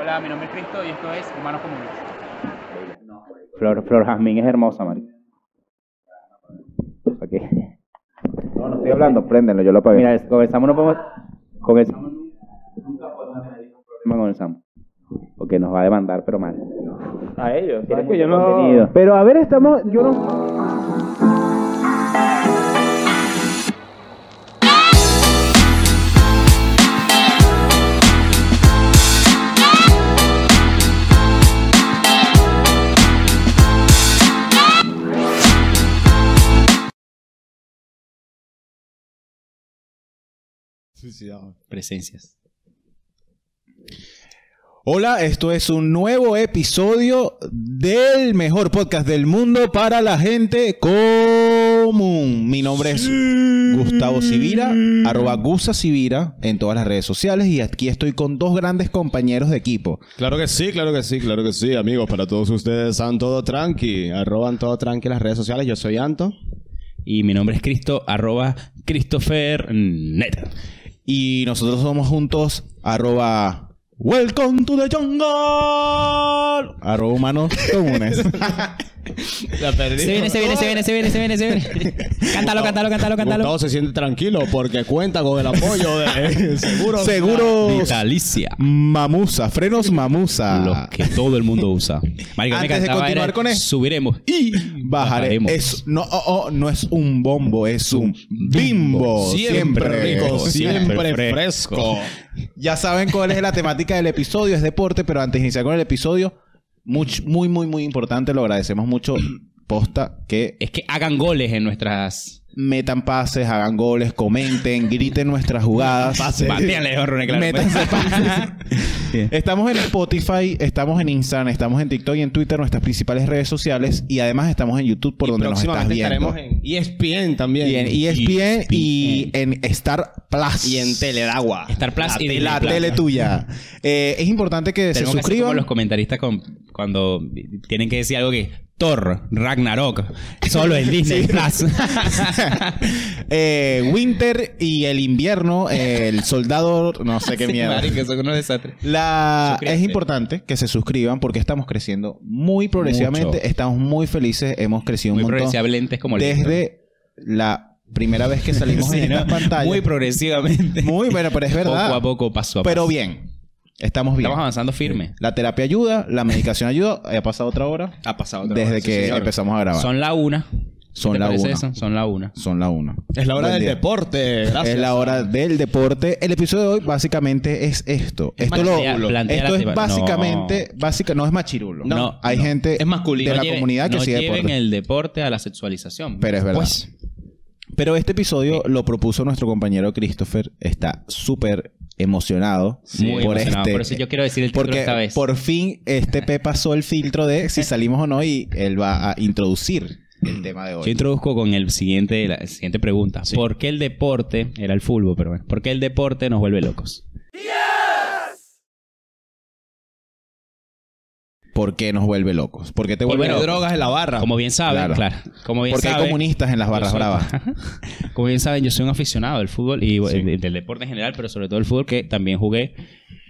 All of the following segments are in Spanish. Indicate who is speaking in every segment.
Speaker 1: Hola, mi nombre es Cristo y esto es Humanos Comunes.
Speaker 2: Flor, Flor Jazmín es hermosa, marico. Ok.
Speaker 3: No, no estoy hablando, préndelo, yo lo apagué.
Speaker 2: Mira, es- con el Samu no podemos. Con el, con el Samu. Porque nos va a demandar, pero mal.
Speaker 3: a ellos.
Speaker 2: Tiene mucho contenido.
Speaker 3: Pero a ver, estamos. Yo no.
Speaker 4: Presencias. Hola, esto es un nuevo episodio del mejor podcast del mundo para la gente común. Mi nombre es Gustavo Sivira, arroba Gusa Sivira en todas las redes sociales y aquí estoy con dos grandes compañeros de equipo.
Speaker 5: Claro que sí, claro que sí, claro que sí, amigos. Para todos ustedes, han todo tranqui. Arroban todo tranqui en las redes sociales. Yo soy Anto.
Speaker 6: Y mi nombre es Cristo, arroba Christopher Net.
Speaker 4: Y nosotros somos juntos, arroba Welcome to the jungle. Arroba humanos comunes.
Speaker 5: La perdí.
Speaker 6: Se viene, se viene, se viene, se viene, se viene, se viene. Cántalo, cántalo, cántalo, cántalo.
Speaker 5: Gustavo se siente tranquilo porque cuenta con el apoyo de seguro.
Speaker 4: Seguros
Speaker 6: Vitalicia.
Speaker 4: Mamusa, frenos Mamusa.
Speaker 6: Lo que todo el mundo usa. Marico, me
Speaker 4: Ah. Antes de
Speaker 6: encantaba,
Speaker 4: continuar
Speaker 6: era,
Speaker 4: con esto.
Speaker 6: Subiremos. Y
Speaker 4: Bajaré. Es, no, oh, oh, no es un bombo, es un bimbo. Siempre, rico,
Speaker 5: siempre fresco.
Speaker 4: Ya saben cuál es la temática del episodio, es deporte, pero antes de iniciar con el episodio, much- muy, muy, muy importante, lo agradecemos mucho, posta, que
Speaker 6: Es que hagan goles en nuestras...
Speaker 4: metan pases, hagan goles, comenten, griten nuestras jugadas.
Speaker 6: Bateanle, horror, claro.
Speaker 4: Métanse pases. Estamos en Spotify, estamos en Instagram, estamos en TikTok y en Twitter, nuestras principales redes sociales. Y además estamos en YouTube por
Speaker 5: Y
Speaker 4: donde nos estás
Speaker 5: próximamente
Speaker 4: viendo.
Speaker 5: estaremos en
Speaker 6: E
Speaker 5: E ESPN también.
Speaker 4: Y en E ESPN y eh, en Star Plus.
Speaker 5: Y en Teledagua.
Speaker 6: Star Plus
Speaker 4: La,
Speaker 6: y
Speaker 4: te-
Speaker 6: Disney
Speaker 4: la
Speaker 6: Plus.
Speaker 4: tele tuya. Eh, es importante que se
Speaker 6: Tenemos que hacer como
Speaker 4: suscriban.
Speaker 6: los comentaristas con- cuando tienen que decir algo que... Thor, Ragnarok, solo en Disney Plus.
Speaker 4: Eh, winter y el invierno, eh, el soldado, no sé qué mierda.
Speaker 6: Marico, son unos desastres.
Speaker 4: La,
Speaker 6: Suscríbete.
Speaker 4: es importante que se suscriban porque estamos creciendo muy progresivamente.
Speaker 6: Mucho.
Speaker 4: Estamos muy felices. Hemos crecido
Speaker 6: Muy
Speaker 4: un montón.
Speaker 6: progresivamente es como el
Speaker 4: Desde la primera vez que salimos
Speaker 6: Sí,
Speaker 4: en estas
Speaker 6: ¿no?
Speaker 4: pantallas.
Speaker 6: Muy progresivamente.
Speaker 4: Muy bueno, pero es verdad.
Speaker 6: Poco a poco, paso a paso.
Speaker 4: Pero bien. Estamos bien.
Speaker 6: Estamos avanzando firme.
Speaker 4: La terapia ayuda, la medicación ayuda. Ha pasado otra hora
Speaker 5: Ha pasado otra
Speaker 4: desde
Speaker 5: vez, sí,
Speaker 4: que
Speaker 5: señor.
Speaker 4: empezamos a grabar. Son,
Speaker 6: Son la una.
Speaker 4: Son
Speaker 6: ¿Qué te
Speaker 4: la
Speaker 6: parece
Speaker 4: una.
Speaker 6: eso? Son la una.
Speaker 4: la una.
Speaker 5: Es la hora
Speaker 4: Buen
Speaker 5: del
Speaker 4: día.
Speaker 5: deporte. Gracias.
Speaker 4: Es la hora del deporte. El episodio de hoy básicamente es esto.
Speaker 6: Es
Speaker 4: esto
Speaker 6: más,
Speaker 4: lo-
Speaker 6: plantea- plantea
Speaker 4: esto
Speaker 6: la
Speaker 4: es
Speaker 6: tema-
Speaker 4: básicamente, básica, no es machirulo.
Speaker 6: No,
Speaker 4: hay
Speaker 6: no.
Speaker 4: gente
Speaker 5: Es masculino.
Speaker 4: de la
Speaker 6: lleven-
Speaker 4: comunidad que
Speaker 6: no
Speaker 4: sigue
Speaker 6: lleven
Speaker 4: deporte.
Speaker 6: el deporte a la sexualización.
Speaker 4: Pero es verdad.
Speaker 6: Pues,
Speaker 4: Pero este episodio lo propuso nuestro compañero Christopher. Está súper emocionado
Speaker 6: muy
Speaker 4: por
Speaker 6: emocionado.
Speaker 4: este.
Speaker 6: Por eso yo quiero decir el título
Speaker 4: porque
Speaker 6: esta vez.
Speaker 4: por fin este P pasó el filtro de si salimos o no y él va a introducir el tema de
Speaker 6: Yo
Speaker 4: hoy.
Speaker 6: introduzco con el siguiente, la siguiente pregunta. ¿Por qué el deporte, era el fútbol, pero bueno, ¿por qué el deporte nos vuelve locos?
Speaker 4: ¿Por qué nos vuelve locos? ¿Por qué te
Speaker 6: Por
Speaker 4: vuelve
Speaker 6: bueno,
Speaker 4: loco?
Speaker 5: drogas en la barra.
Speaker 6: Como bien saben,
Speaker 4: Claro.
Speaker 6: claro. Como bien
Speaker 4: Porque hay
Speaker 6: saben,
Speaker 4: comunistas en las barras
Speaker 6: yo soy-
Speaker 4: bravas.
Speaker 6: Como bien saben, yo soy un aficionado del fútbol y bueno, de- del deporte en general, pero sobre todo el fútbol que también jugué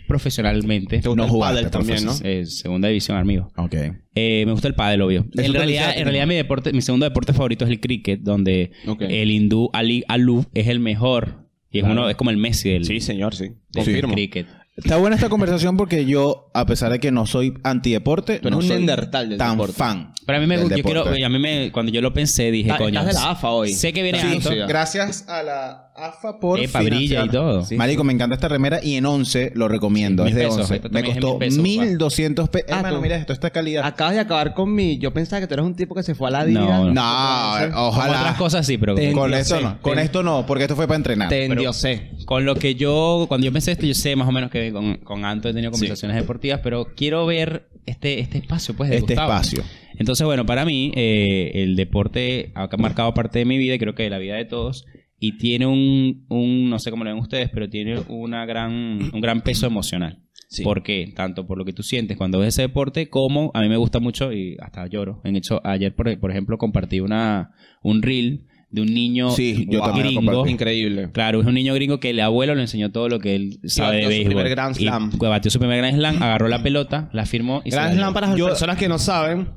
Speaker 6: profesionalmente.
Speaker 4: No
Speaker 5: el
Speaker 4: jugaste
Speaker 5: pádel también, ¿no?
Speaker 6: Eh, segunda división, amigo.
Speaker 4: Ok.
Speaker 6: Eh, me gusta el pádel, obvio. En
Speaker 4: lo que
Speaker 6: realidad,
Speaker 4: decía
Speaker 6: en realidad mi deporte, mi segundo deporte favorito es el cricket, donde
Speaker 5: Ok.
Speaker 6: el hindú Ali Alou es el mejor y es
Speaker 5: Claro.
Speaker 6: uno es como el Messi del,
Speaker 5: Sí, señor, sí.
Speaker 6: del
Speaker 5: Confirmo.
Speaker 6: cricket.
Speaker 4: Está buena esta conversación porque yo, a pesar de que no soy antideporte,
Speaker 5: Tú eres
Speaker 4: no
Speaker 5: un
Speaker 4: soy
Speaker 5: neandertal del
Speaker 4: tan
Speaker 5: deporte.
Speaker 4: fan.
Speaker 6: Pero a mí me
Speaker 4: del
Speaker 6: gusta, yo
Speaker 4: deporte.
Speaker 6: quiero, a mí me, cuando yo lo pensé dije,
Speaker 5: Está-
Speaker 6: coño,
Speaker 5: estás de la AFA hoy.
Speaker 6: sé que viene
Speaker 5: Sí,
Speaker 6: alto,
Speaker 5: sí.
Speaker 4: Gracias a la AFA por
Speaker 6: Epa, brilla
Speaker 4: financiar.
Speaker 6: y todo.
Speaker 4: Sí. Marico, me encanta esta remera y en 11 lo recomiendo.
Speaker 6: Sí,
Speaker 4: es
Speaker 6: mil
Speaker 4: de
Speaker 6: pesos.
Speaker 4: 11.
Speaker 6: Esto
Speaker 4: Me
Speaker 6: también es mil
Speaker 4: costó
Speaker 6: pesos,
Speaker 4: 1200 pesos.
Speaker 5: Ah,
Speaker 4: Hermano,
Speaker 5: tú.
Speaker 4: mira esto, esta calidad.
Speaker 5: Acabas de acabar con mi. Yo pensaba que tú eres un tipo que se fue a la
Speaker 6: No,
Speaker 5: vida.
Speaker 6: no.
Speaker 4: No, eh,
Speaker 6: Como
Speaker 4: ojalá.
Speaker 6: otras cosas sí, pero
Speaker 5: Te-
Speaker 4: Con
Speaker 5: Yo
Speaker 4: esto
Speaker 5: sé,
Speaker 4: no, con
Speaker 5: te-
Speaker 4: esto no, porque esto fue para entrenar.
Speaker 5: Te endiosé.
Speaker 6: Ah, pues, Con lo que yo, cuando yo pensé esto, yo sé más o menos que con, con Anto he tenido conversaciones deportivas, pero quiero ver este, este espacio, pues, de
Speaker 4: este
Speaker 6: Gustavo.
Speaker 4: espacio.
Speaker 6: Entonces, bueno, para mí, eh, el deporte ha marcado parte de mi vida y creo que de la vida de todos. Y tiene un, un- no sé cómo lo ven ustedes, pero tiene una gran, un gran peso emocional.
Speaker 5: Sí.
Speaker 6: ¿Por qué? Tanto por lo que tú sientes cuando ves ese deporte, como a mí me gusta mucho y hasta lloro. En hecho, ayer, por, por ejemplo, compartí una, un reel de un niño
Speaker 4: Sí, yo también la
Speaker 6: gringo.
Speaker 4: comparto.
Speaker 5: Increíble.
Speaker 6: Claro, es un niño gringo que el abuelo le enseñó todo lo que él sabe de
Speaker 5: batió su
Speaker 6: béisbol.
Speaker 5: primer Grand
Speaker 6: Y
Speaker 5: Slam.
Speaker 6: batió su primer Grand Slam, agarró la pelota, la firmó y se la
Speaker 5: Grand
Speaker 6: dio.
Speaker 5: Slam para las personas que no saben.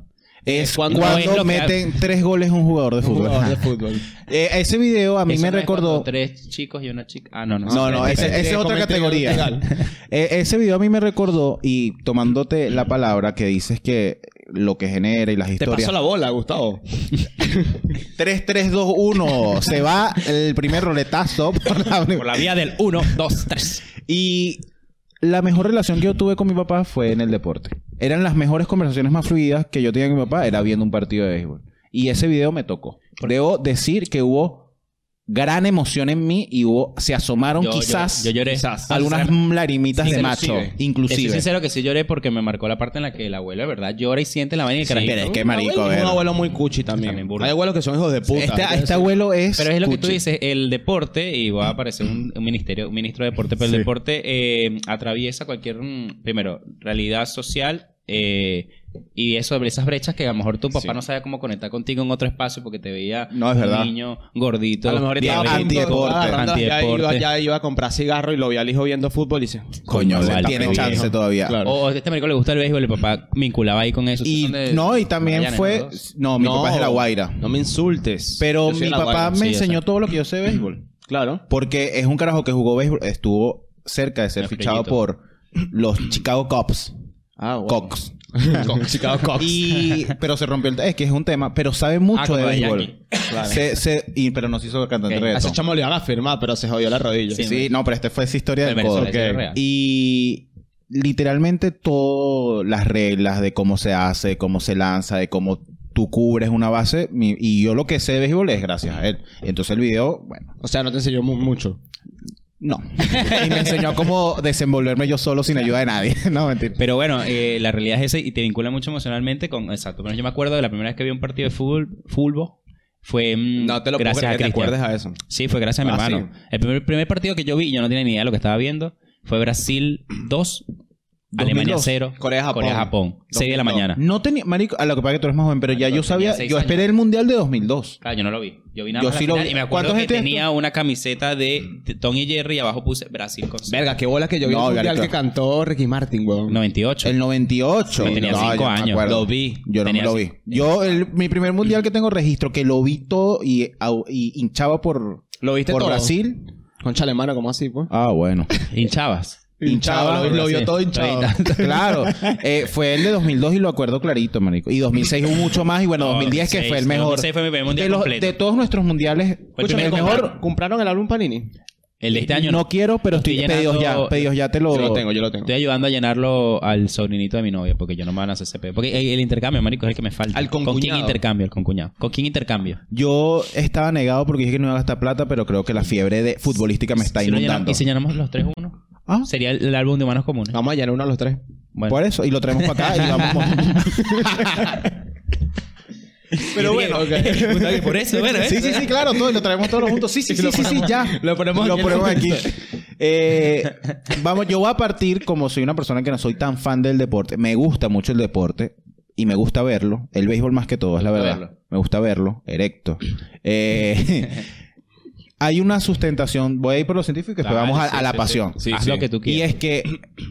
Speaker 4: Es cuando,
Speaker 6: cuando es lo que-
Speaker 4: meten tres goles a un jugador de fútbol.
Speaker 5: jugador de
Speaker 4: Ajá. Eh, ese video a mí
Speaker 6: Eso
Speaker 4: me
Speaker 6: no es
Speaker 4: recordó...
Speaker 6: cuando Tres chicos y una chica. Ah, no, no.
Speaker 4: No, no, ese- esa es otra categoría. Eh, ese video a mí me recordó, y tomándote la palabra que dices que lo que genera y las
Speaker 5: Te
Speaker 4: historias.
Speaker 5: paso la bola, Gustavo.
Speaker 4: 3, 3, 2, 1. Se va el primer roletazo por la,
Speaker 6: Por la vía del 1, 2, 3.
Speaker 4: Y la mejor relación que yo tuve con mi papá fue en el deporte. Eran las mejores conversaciones más fluidas que yo tenía con mi papá, era viendo un partido de béisbol. Y ese video me tocó. Debo decir que hubo gran emoción en mí y hubo, se asomaron
Speaker 6: Yo- yo-
Speaker 4: quizás
Speaker 6: yo lloré.
Speaker 4: algunas larimitas de macho,
Speaker 6: Inclusive. Soy
Speaker 4: inclusive.
Speaker 6: sincero que sí lloré porque me marcó la parte en la que el abuelo, de verdad, llora y siente la vaina y el
Speaker 4: Sí,
Speaker 6: carajito.
Speaker 4: pero es que
Speaker 5: Un
Speaker 4: marico,
Speaker 5: abuelo-
Speaker 4: a ver.
Speaker 5: Un abuelo muy cuchi también.
Speaker 6: También burda.
Speaker 5: Hay abuelos que son hijos de puta.
Speaker 4: Este, este abuelo es...
Speaker 6: Pero es lo que tú
Speaker 4: cuchi.
Speaker 6: dices, el deporte, y va a aparecer un, un ministerio, un ministro de deporte, pero el deporte eh, atraviesa cualquier, mm, primero, realidad social eh, y eso abre esas brechas que a lo mejor tu papá no sabe cómo conectar contigo en otro espacio porque te veía
Speaker 4: No, es verdad.
Speaker 6: un niño gordito,
Speaker 5: A lo mejor estaba
Speaker 6: diabético,
Speaker 4: antideporte,
Speaker 5: agarrando- ya iba,
Speaker 6: antideporte.
Speaker 5: ya iba a comprar cigarro y lo vi al hijo viendo fútbol y dice...
Speaker 4: Coño,
Speaker 6: Coño,
Speaker 4: le
Speaker 6: vale,
Speaker 4: tiene
Speaker 6: pero
Speaker 4: chance
Speaker 6: viejo.
Speaker 4: todavía.
Speaker 5: Claro.
Speaker 6: O a este marico le gusta el béisbol, el papá vinculaba ahí con eso.
Speaker 4: Y,
Speaker 6: Son de-
Speaker 4: no, y también
Speaker 6: Magallanes,
Speaker 4: fue...
Speaker 6: ¿no?
Speaker 4: No, mi papá es de La Guaira.
Speaker 5: No me insultes.
Speaker 4: Pero
Speaker 5: Yo soy
Speaker 4: mi
Speaker 5: de La
Speaker 4: papá
Speaker 5: Guaira.
Speaker 4: me
Speaker 6: sí,
Speaker 4: enseñó todo lo que yo sé de béisbol.
Speaker 5: Claro.
Speaker 4: Porque es un carajo que jugó béisbol, estuvo cerca de ser
Speaker 6: El
Speaker 4: fichado
Speaker 6: friguito.
Speaker 4: por los Chicago Cubs.
Speaker 5: Ah, bueno.
Speaker 4: Cox.
Speaker 5: Cox, Chicago Cox.
Speaker 4: Y, pero se rompió el... Es que es un tema, pero sabe mucho
Speaker 6: como
Speaker 4: de
Speaker 6: de
Speaker 4: béisbol.
Speaker 6: Yankee.
Speaker 4: Se- se- y- pero nos hizo cantante de
Speaker 6: Ok.
Speaker 5: A ese
Speaker 4: reggaetón.
Speaker 5: chamo le iban a firmar, pero se jodió la rodilla.
Speaker 4: Sí, no, pero esta fue esa historia
Speaker 6: Pero
Speaker 4: del codo.
Speaker 6: Venezuela, esa es real.
Speaker 4: Y literalmente todas las reglas de cómo se hace, de cómo se lanza, de cómo tú cubres una base. mi- y yo lo que sé de béisbol es gracias a él. Entonces el video, bueno,
Speaker 5: O sea, no te enseñó mu- mucho.
Speaker 4: no. y me enseñó cómo desenvolverme yo solo sin ayuda de nadie. no, mentira.
Speaker 6: Pero bueno, eh, la realidad es esa y te vincula mucho emocionalmente con... Exacto. Bueno, yo me acuerdo de la primera vez que vi un partido de fútbol, fulbo, fue mm, gracias a
Speaker 5: que te
Speaker 6: Cristian.
Speaker 5: acuerdes a eso.
Speaker 6: Sí, fue gracias a mi
Speaker 5: Ah,
Speaker 6: hermano.
Speaker 5: sí.
Speaker 6: El primer, primer partido que yo vi, yo no tenía ni idea de lo que estaba viendo, fue Brasil 2, Alemania 0,
Speaker 5: Corea-Japón.
Speaker 6: Corea-Japón. 6 de la
Speaker 5: 2002.
Speaker 6: mañana.
Speaker 4: No tenía, marico, a lo que pasa que tú eres más joven, pero ya
Speaker 6: Marico,
Speaker 4: yo sabía,
Speaker 6: tenía seis
Speaker 4: yo esperé el mundial de 2002.
Speaker 6: Claro, yo no lo vi. Yo vi nada
Speaker 4: Yo
Speaker 6: más la
Speaker 4: sí lo
Speaker 6: final
Speaker 4: vi.
Speaker 6: y me acuerdo
Speaker 4: ¿Cuántos
Speaker 6: que
Speaker 4: gente eres
Speaker 6: tenía una camiseta de de Tom y Jerry y abajo puse Brasil con C.
Speaker 5: Verga, qué bola que yo vi
Speaker 4: No,
Speaker 5: el mundial
Speaker 4: Garito.
Speaker 5: que cantó Ricky Martin, weón.
Speaker 6: 98.
Speaker 4: El 98.
Speaker 6: Yo tenía cinco
Speaker 4: yo no me
Speaker 6: años.
Speaker 4: acuerdo.
Speaker 6: Lo vi.
Speaker 4: Yo no
Speaker 6: Tenía
Speaker 4: me lo vi.
Speaker 6: cinco.
Speaker 4: Yo, el- mi primer mundial que tengo registro, que lo vi todo y, au- y hinchaba por,
Speaker 5: ¿Lo viste
Speaker 4: por
Speaker 5: todo?
Speaker 4: Brasil.
Speaker 5: Con chalemano, ¿cómo así, pues?
Speaker 4: Ah, bueno.
Speaker 6: Hinchabas.
Speaker 5: Hinchaba, lo- lo vio
Speaker 6: Sí.
Speaker 5: todo hinchado.
Speaker 4: claro. Eh, fue el de 2002 y lo acuerdo clarito, marico. Y 2006 hubo mucho más y bueno,
Speaker 6: No,
Speaker 4: 2010 que
Speaker 6: 2006,
Speaker 4: fue el mejor.
Speaker 6: 2006 fue mi primer mundial
Speaker 4: de,
Speaker 6: completo.
Speaker 4: de todos nuestros mundiales,
Speaker 6: el
Speaker 4: el,
Speaker 6: primer
Speaker 4: mejor...
Speaker 5: ¿Compraron el álbum Panini?
Speaker 6: El de este año
Speaker 4: No quiero, pero estoy,
Speaker 6: Estoy
Speaker 4: pedidos
Speaker 6: llenando-
Speaker 4: ya. Pedidos ya te lo...
Speaker 5: Yo lo tengo, yo lo tengo.
Speaker 6: Estoy ayudando a llenarlo al sobrinito de mi novia, porque yo no me van a hacer CP. Porque el, el intercambio, marico, es el que me falta.
Speaker 5: Al
Speaker 6: ¿Con quién
Speaker 5: concuñado.
Speaker 6: intercambio? El concuñado. ¿Con quién intercambio?
Speaker 4: Yo estaba negado porque dije que no iba a gastar plata, pero creo que la fiebre de futbolística me está
Speaker 6: Si lo llenamos-
Speaker 4: inundando.
Speaker 6: ¿Y si llenamos los tres uno?
Speaker 4: Ah,
Speaker 6: Sería el, el álbum de humanos comunes.
Speaker 5: Vamos a llenar uno a los tres.
Speaker 6: Bueno.
Speaker 4: Por eso, y lo traemos para acá y vamos.
Speaker 6: Pero bueno, por eso, bueno, ¿eh?
Speaker 4: sí, sí, sí, claro, todo, y lo traemos todos juntos. Sí, sí, sí, sí, sí, ya.
Speaker 5: lo ponemos
Speaker 4: Lo
Speaker 5: aquí.
Speaker 4: ponemos aquí. Eh, vamos, yo voy a partir, como soy una persona que no soy tan fan del deporte, me gusta mucho el deporte y me gusta verlo. El béisbol más que todo, es la verdad. Me gusta verlo, erecto. Eh, hay una sustentación, voy a ir por lo científico y después
Speaker 6: Dale,
Speaker 4: vamos a,
Speaker 6: Ah, sí,
Speaker 4: a la
Speaker 6: sí,
Speaker 4: pasión.
Speaker 6: Haz lo que tú
Speaker 4: Y
Speaker 6: quieras.
Speaker 4: es que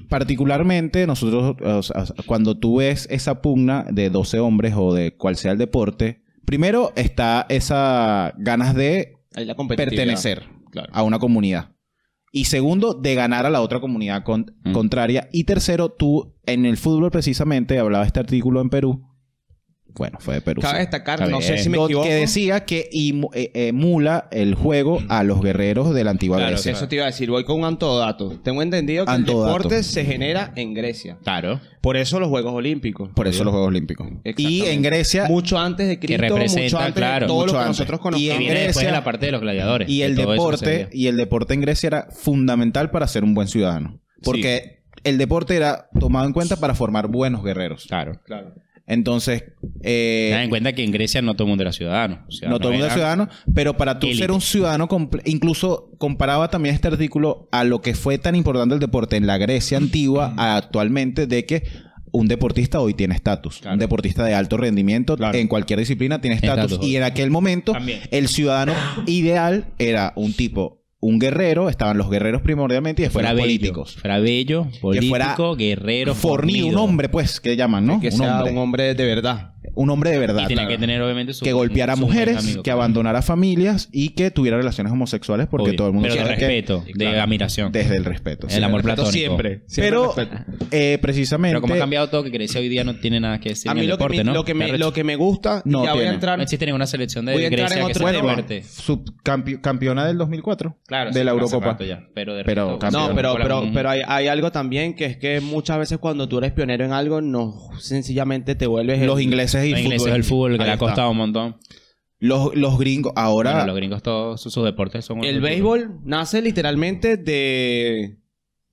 Speaker 4: particularmente nosotros, o sea, cuando tú ves esa pugna de 12 hombres o de cual sea el deporte, primero está esa ganas de
Speaker 5: Ahí la
Speaker 4: pertenecer
Speaker 5: Claro.
Speaker 4: a una comunidad. Y segundo, de ganar a la otra comunidad con-
Speaker 6: Mm.
Speaker 4: contraria. Y tercero, tú en el fútbol precisamente, hablaba este artículo en Perú. Bueno, fue de Perú.
Speaker 5: Cabe
Speaker 4: sí.
Speaker 5: destacar,
Speaker 4: Está
Speaker 5: no sé
Speaker 4: bien.
Speaker 5: si me
Speaker 4: Lo
Speaker 5: equivoco.
Speaker 4: Que decía que imu- eh, emula el juego a los guerreros de la antigua
Speaker 6: Mm. Claro,
Speaker 4: Grecia.
Speaker 5: Eso te iba a decir, voy con un antodato. Tengo entendido que
Speaker 4: Antodato.
Speaker 5: el deporte se genera en Grecia.
Speaker 6: Claro.
Speaker 5: Por eso los Juegos Olímpicos.
Speaker 4: Por eso los Juegos Olímpicos. Y
Speaker 5: Exactamente.
Speaker 4: en Grecia
Speaker 5: Mucho antes de Cristo,
Speaker 6: representan,
Speaker 5: mucho antes
Speaker 6: claro,
Speaker 5: de todo
Speaker 4: mucho
Speaker 5: lo que
Speaker 4: antes. Y
Speaker 5: nosotros
Speaker 6: Que
Speaker 4: en
Speaker 5: conocemos.
Speaker 6: viene después
Speaker 4: Grecia-
Speaker 6: de la parte de los gladiadores.
Speaker 4: y
Speaker 6: de
Speaker 4: el
Speaker 6: todo eso que
Speaker 4: deporte
Speaker 6: se dio.
Speaker 4: y el deporte en Grecia era fundamental para ser un buen ciudadano, porque el deporte era tomado en cuenta para formar buenos guerreros.
Speaker 6: Claro.
Speaker 5: Claro.
Speaker 4: Entonces, eh,
Speaker 6: Ten en cuenta que en Grecia no todo el mundo era ciudadano.
Speaker 4: no todo el mundo es ciudadano, pero para tú
Speaker 6: élite.
Speaker 4: ser un ciudadano, comple- incluso comparaba también este artículo a lo que fue tan importante el deporte en la Grecia antigua a actualmente, de que un deportista hoy tiene estatus.
Speaker 6: Claro.
Speaker 4: Un deportista de alto rendimiento
Speaker 5: Claro.
Speaker 4: en cualquier disciplina tiene estatus.
Speaker 6: Estatus.
Speaker 4: Y en aquel momento,
Speaker 6: También.
Speaker 4: el ciudadano ideal era un tipo, un guerrero, estaban los guerreros primordialmente y después
Speaker 6: fuera
Speaker 4: los
Speaker 6: bello,
Speaker 4: políticos.
Speaker 6: fuera bello, político,
Speaker 4: fuera
Speaker 6: guerrero,
Speaker 4: Fornido,
Speaker 6: fornido.
Speaker 4: un hombre, pues, que llaman, ¿no?
Speaker 5: Que
Speaker 4: un,
Speaker 5: sea
Speaker 4: hombre,
Speaker 5: un hombre de verdad.
Speaker 4: un hombre de
Speaker 6: Y
Speaker 4: verdad.
Speaker 6: tenía
Speaker 4: claro.
Speaker 6: que tener obviamente su
Speaker 4: que golpeara a
Speaker 6: su buen
Speaker 4: mujeres,
Speaker 6: amigo,
Speaker 4: que
Speaker 6: claro.
Speaker 4: abandonara familias y que tuviera relaciones homosexuales porque
Speaker 6: Obvio.
Speaker 4: todo el mundo
Speaker 6: Pero de
Speaker 4: sabe que-
Speaker 6: respeto, de
Speaker 5: claro.
Speaker 6: admiración.
Speaker 4: desde el respeto. sí.
Speaker 6: El amor
Speaker 5: Respeto
Speaker 6: platónico.
Speaker 5: Siempre. siempre
Speaker 4: Pero
Speaker 5: respeto.
Speaker 4: eh, precisamente
Speaker 6: Pero como ha cambiado todo, que creencia hoy día no tiene nada que decir
Speaker 5: a
Speaker 6: en
Speaker 5: mí
Speaker 6: el
Speaker 5: lo,
Speaker 6: deporte,
Speaker 5: que me,
Speaker 6: ¿no?
Speaker 5: lo, que me,
Speaker 6: Está
Speaker 5: lo que me gusta,
Speaker 4: No
Speaker 5: y ya voy a
Speaker 4: tiene.
Speaker 5: entrar
Speaker 6: No existe ninguna selección de
Speaker 5: Voy a entrar
Speaker 6: Grecia
Speaker 5: en
Speaker 6: que
Speaker 5: otro
Speaker 6: sea
Speaker 5: tema.
Speaker 6: fuerte.
Speaker 4: subcampeona del 2004
Speaker 6: Claro,
Speaker 4: de
Speaker 6: sí,
Speaker 4: la
Speaker 6: hace
Speaker 4: Eurocopa.
Speaker 6: rato ya, pero de
Speaker 4: Pero
Speaker 6: resto-
Speaker 4: campeón.
Speaker 5: No, pero,
Speaker 6: Con la-
Speaker 5: pero,
Speaker 6: Ujú.
Speaker 5: pero hay, hay algo también que es que muchas veces cuando tú eres pionero en algo, no sencillamente te vuelves el-
Speaker 4: Los ingleses y
Speaker 6: Los ingleses
Speaker 4: fútbol.
Speaker 6: el fútbol que
Speaker 5: Ahí
Speaker 6: le ha
Speaker 5: está.
Speaker 6: costado un montón.
Speaker 4: Los, los gringos ahora
Speaker 6: Bueno, los gringos todos sus, sus deportes son
Speaker 5: El béisbol nace literalmente de...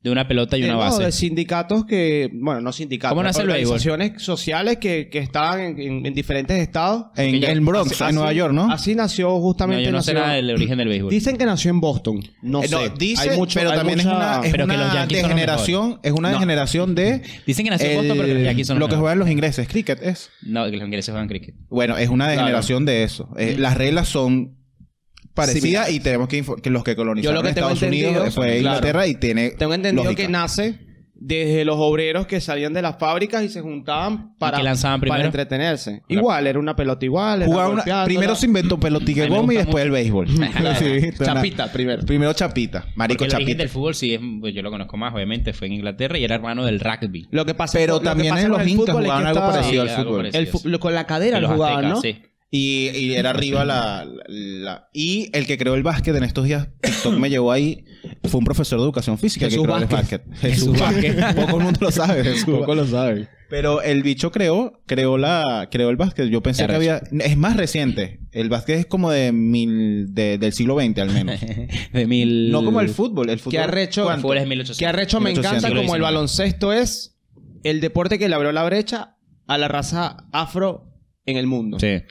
Speaker 6: de una pelota y
Speaker 5: de-
Speaker 6: una
Speaker 5: Eh, no,
Speaker 6: base.
Speaker 5: de sindicatos que... Bueno, no sindicatos.
Speaker 6: ¿Cómo nace el béisbol?
Speaker 5: Organizaciones sociales que, que estaban en, en- en diferentes estados.
Speaker 4: en, en Bronx,
Speaker 5: Así-
Speaker 4: en Nueva York, ¿no?
Speaker 5: Así nació
Speaker 6: No,
Speaker 5: justamente...
Speaker 6: yo no
Speaker 5: nació-
Speaker 6: sé nada del origen del béisbol.
Speaker 5: Dicen que nació en Boston. No
Speaker 4: Eh,
Speaker 5: sé.
Speaker 4: no, dice,
Speaker 5: Hay mucho-
Speaker 4: pero
Speaker 5: hay
Speaker 4: también
Speaker 5: mucha-
Speaker 4: es una, es
Speaker 6: Pero que
Speaker 4: una
Speaker 6: los Yankees son los
Speaker 4: degeneración, es una degeneración de
Speaker 6: Dicen que nació en Boston, pero que los
Speaker 4: el-
Speaker 6: Yankees son los
Speaker 4: lo que
Speaker 6: mejores.
Speaker 4: juegan los ingleses, cricket es.
Speaker 6: No, que los ingleses juegan cricket.
Speaker 4: Bueno, es una degeneración de eso. Eh, las reglas son parecidas
Speaker 5: Similares.
Speaker 4: y tenemos que, info- que los que colonizaron
Speaker 5: Yo lo que tengo
Speaker 4: Estados Unidos
Speaker 5: entendido-
Speaker 4: fue
Speaker 5: claro.
Speaker 4: Inglaterra y tiene
Speaker 5: Tengo entendido
Speaker 4: eh, lógica.
Speaker 5: que nace desde los obreros que salían de las fábricas y se juntaban para,
Speaker 6: que lanzaban
Speaker 5: para
Speaker 6: primero?
Speaker 5: entretenerse. Igual, era una pelota igual. era
Speaker 4: Jugaba una-
Speaker 5: golpeándola.
Speaker 4: primero se inventó pelotique
Speaker 6: A mí me
Speaker 4: goma y
Speaker 6: gusta
Speaker 4: después el béisbol.
Speaker 5: Claro.
Speaker 4: Sí, viste, una-
Speaker 5: Chapita primero.
Speaker 4: Primero chapita, marico
Speaker 6: Porque el origen
Speaker 4: chapita.
Speaker 6: del fútbol sí es, pues, yo lo conozco más, obviamente, fue en Inglaterra y era hermano del rugby.
Speaker 5: Lo que pasa
Speaker 4: Pero
Speaker 5: lo que
Speaker 4: también
Speaker 5: pasa
Speaker 4: en
Speaker 5: con
Speaker 4: los
Speaker 5: el
Speaker 4: incas
Speaker 5: fútbol es
Speaker 4: jugaban
Speaker 5: que
Speaker 4: algo
Speaker 5: estaba-
Speaker 4: parecido al
Speaker 6: Sí, algo
Speaker 4: fútbol.
Speaker 6: parecido.
Speaker 5: el fu- lo- con la
Speaker 6: De
Speaker 5: cadera lo
Speaker 6: los
Speaker 5: jugaban,
Speaker 6: aztecas, sí.
Speaker 5: ¿no?
Speaker 4: Y, y era arriba la, la- la- Y el que creó el básquet en estos días, TikTok me llevó ahí, fue un profesor de educación física
Speaker 5: Jesús
Speaker 4: que creó
Speaker 5: Vázquez.
Speaker 4: el básquet. Jesús Vázquez. Poco el mundo lo sabe. Jesús Vázquez.
Speaker 5: lo sabe.
Speaker 4: Pero el bicho creó, creó la, creó el básquet. Yo pensé
Speaker 6: Qué
Speaker 4: que había, es más reciente. El básquet es como de mil, de- del siglo XX al menos.
Speaker 6: De mil...
Speaker 4: no como el fútbol. El fútbol.
Speaker 5: ¿Qué arrecho?
Speaker 6: El fútbol es 1800.
Speaker 5: Que arrecho me
Speaker 4: 1800,
Speaker 5: encanta
Speaker 6: siglo
Speaker 5: como el
Speaker 6: XIX.
Speaker 5: baloncesto es el deporte que le abrió la brecha a la raza afro en el mundo.
Speaker 6: Sí.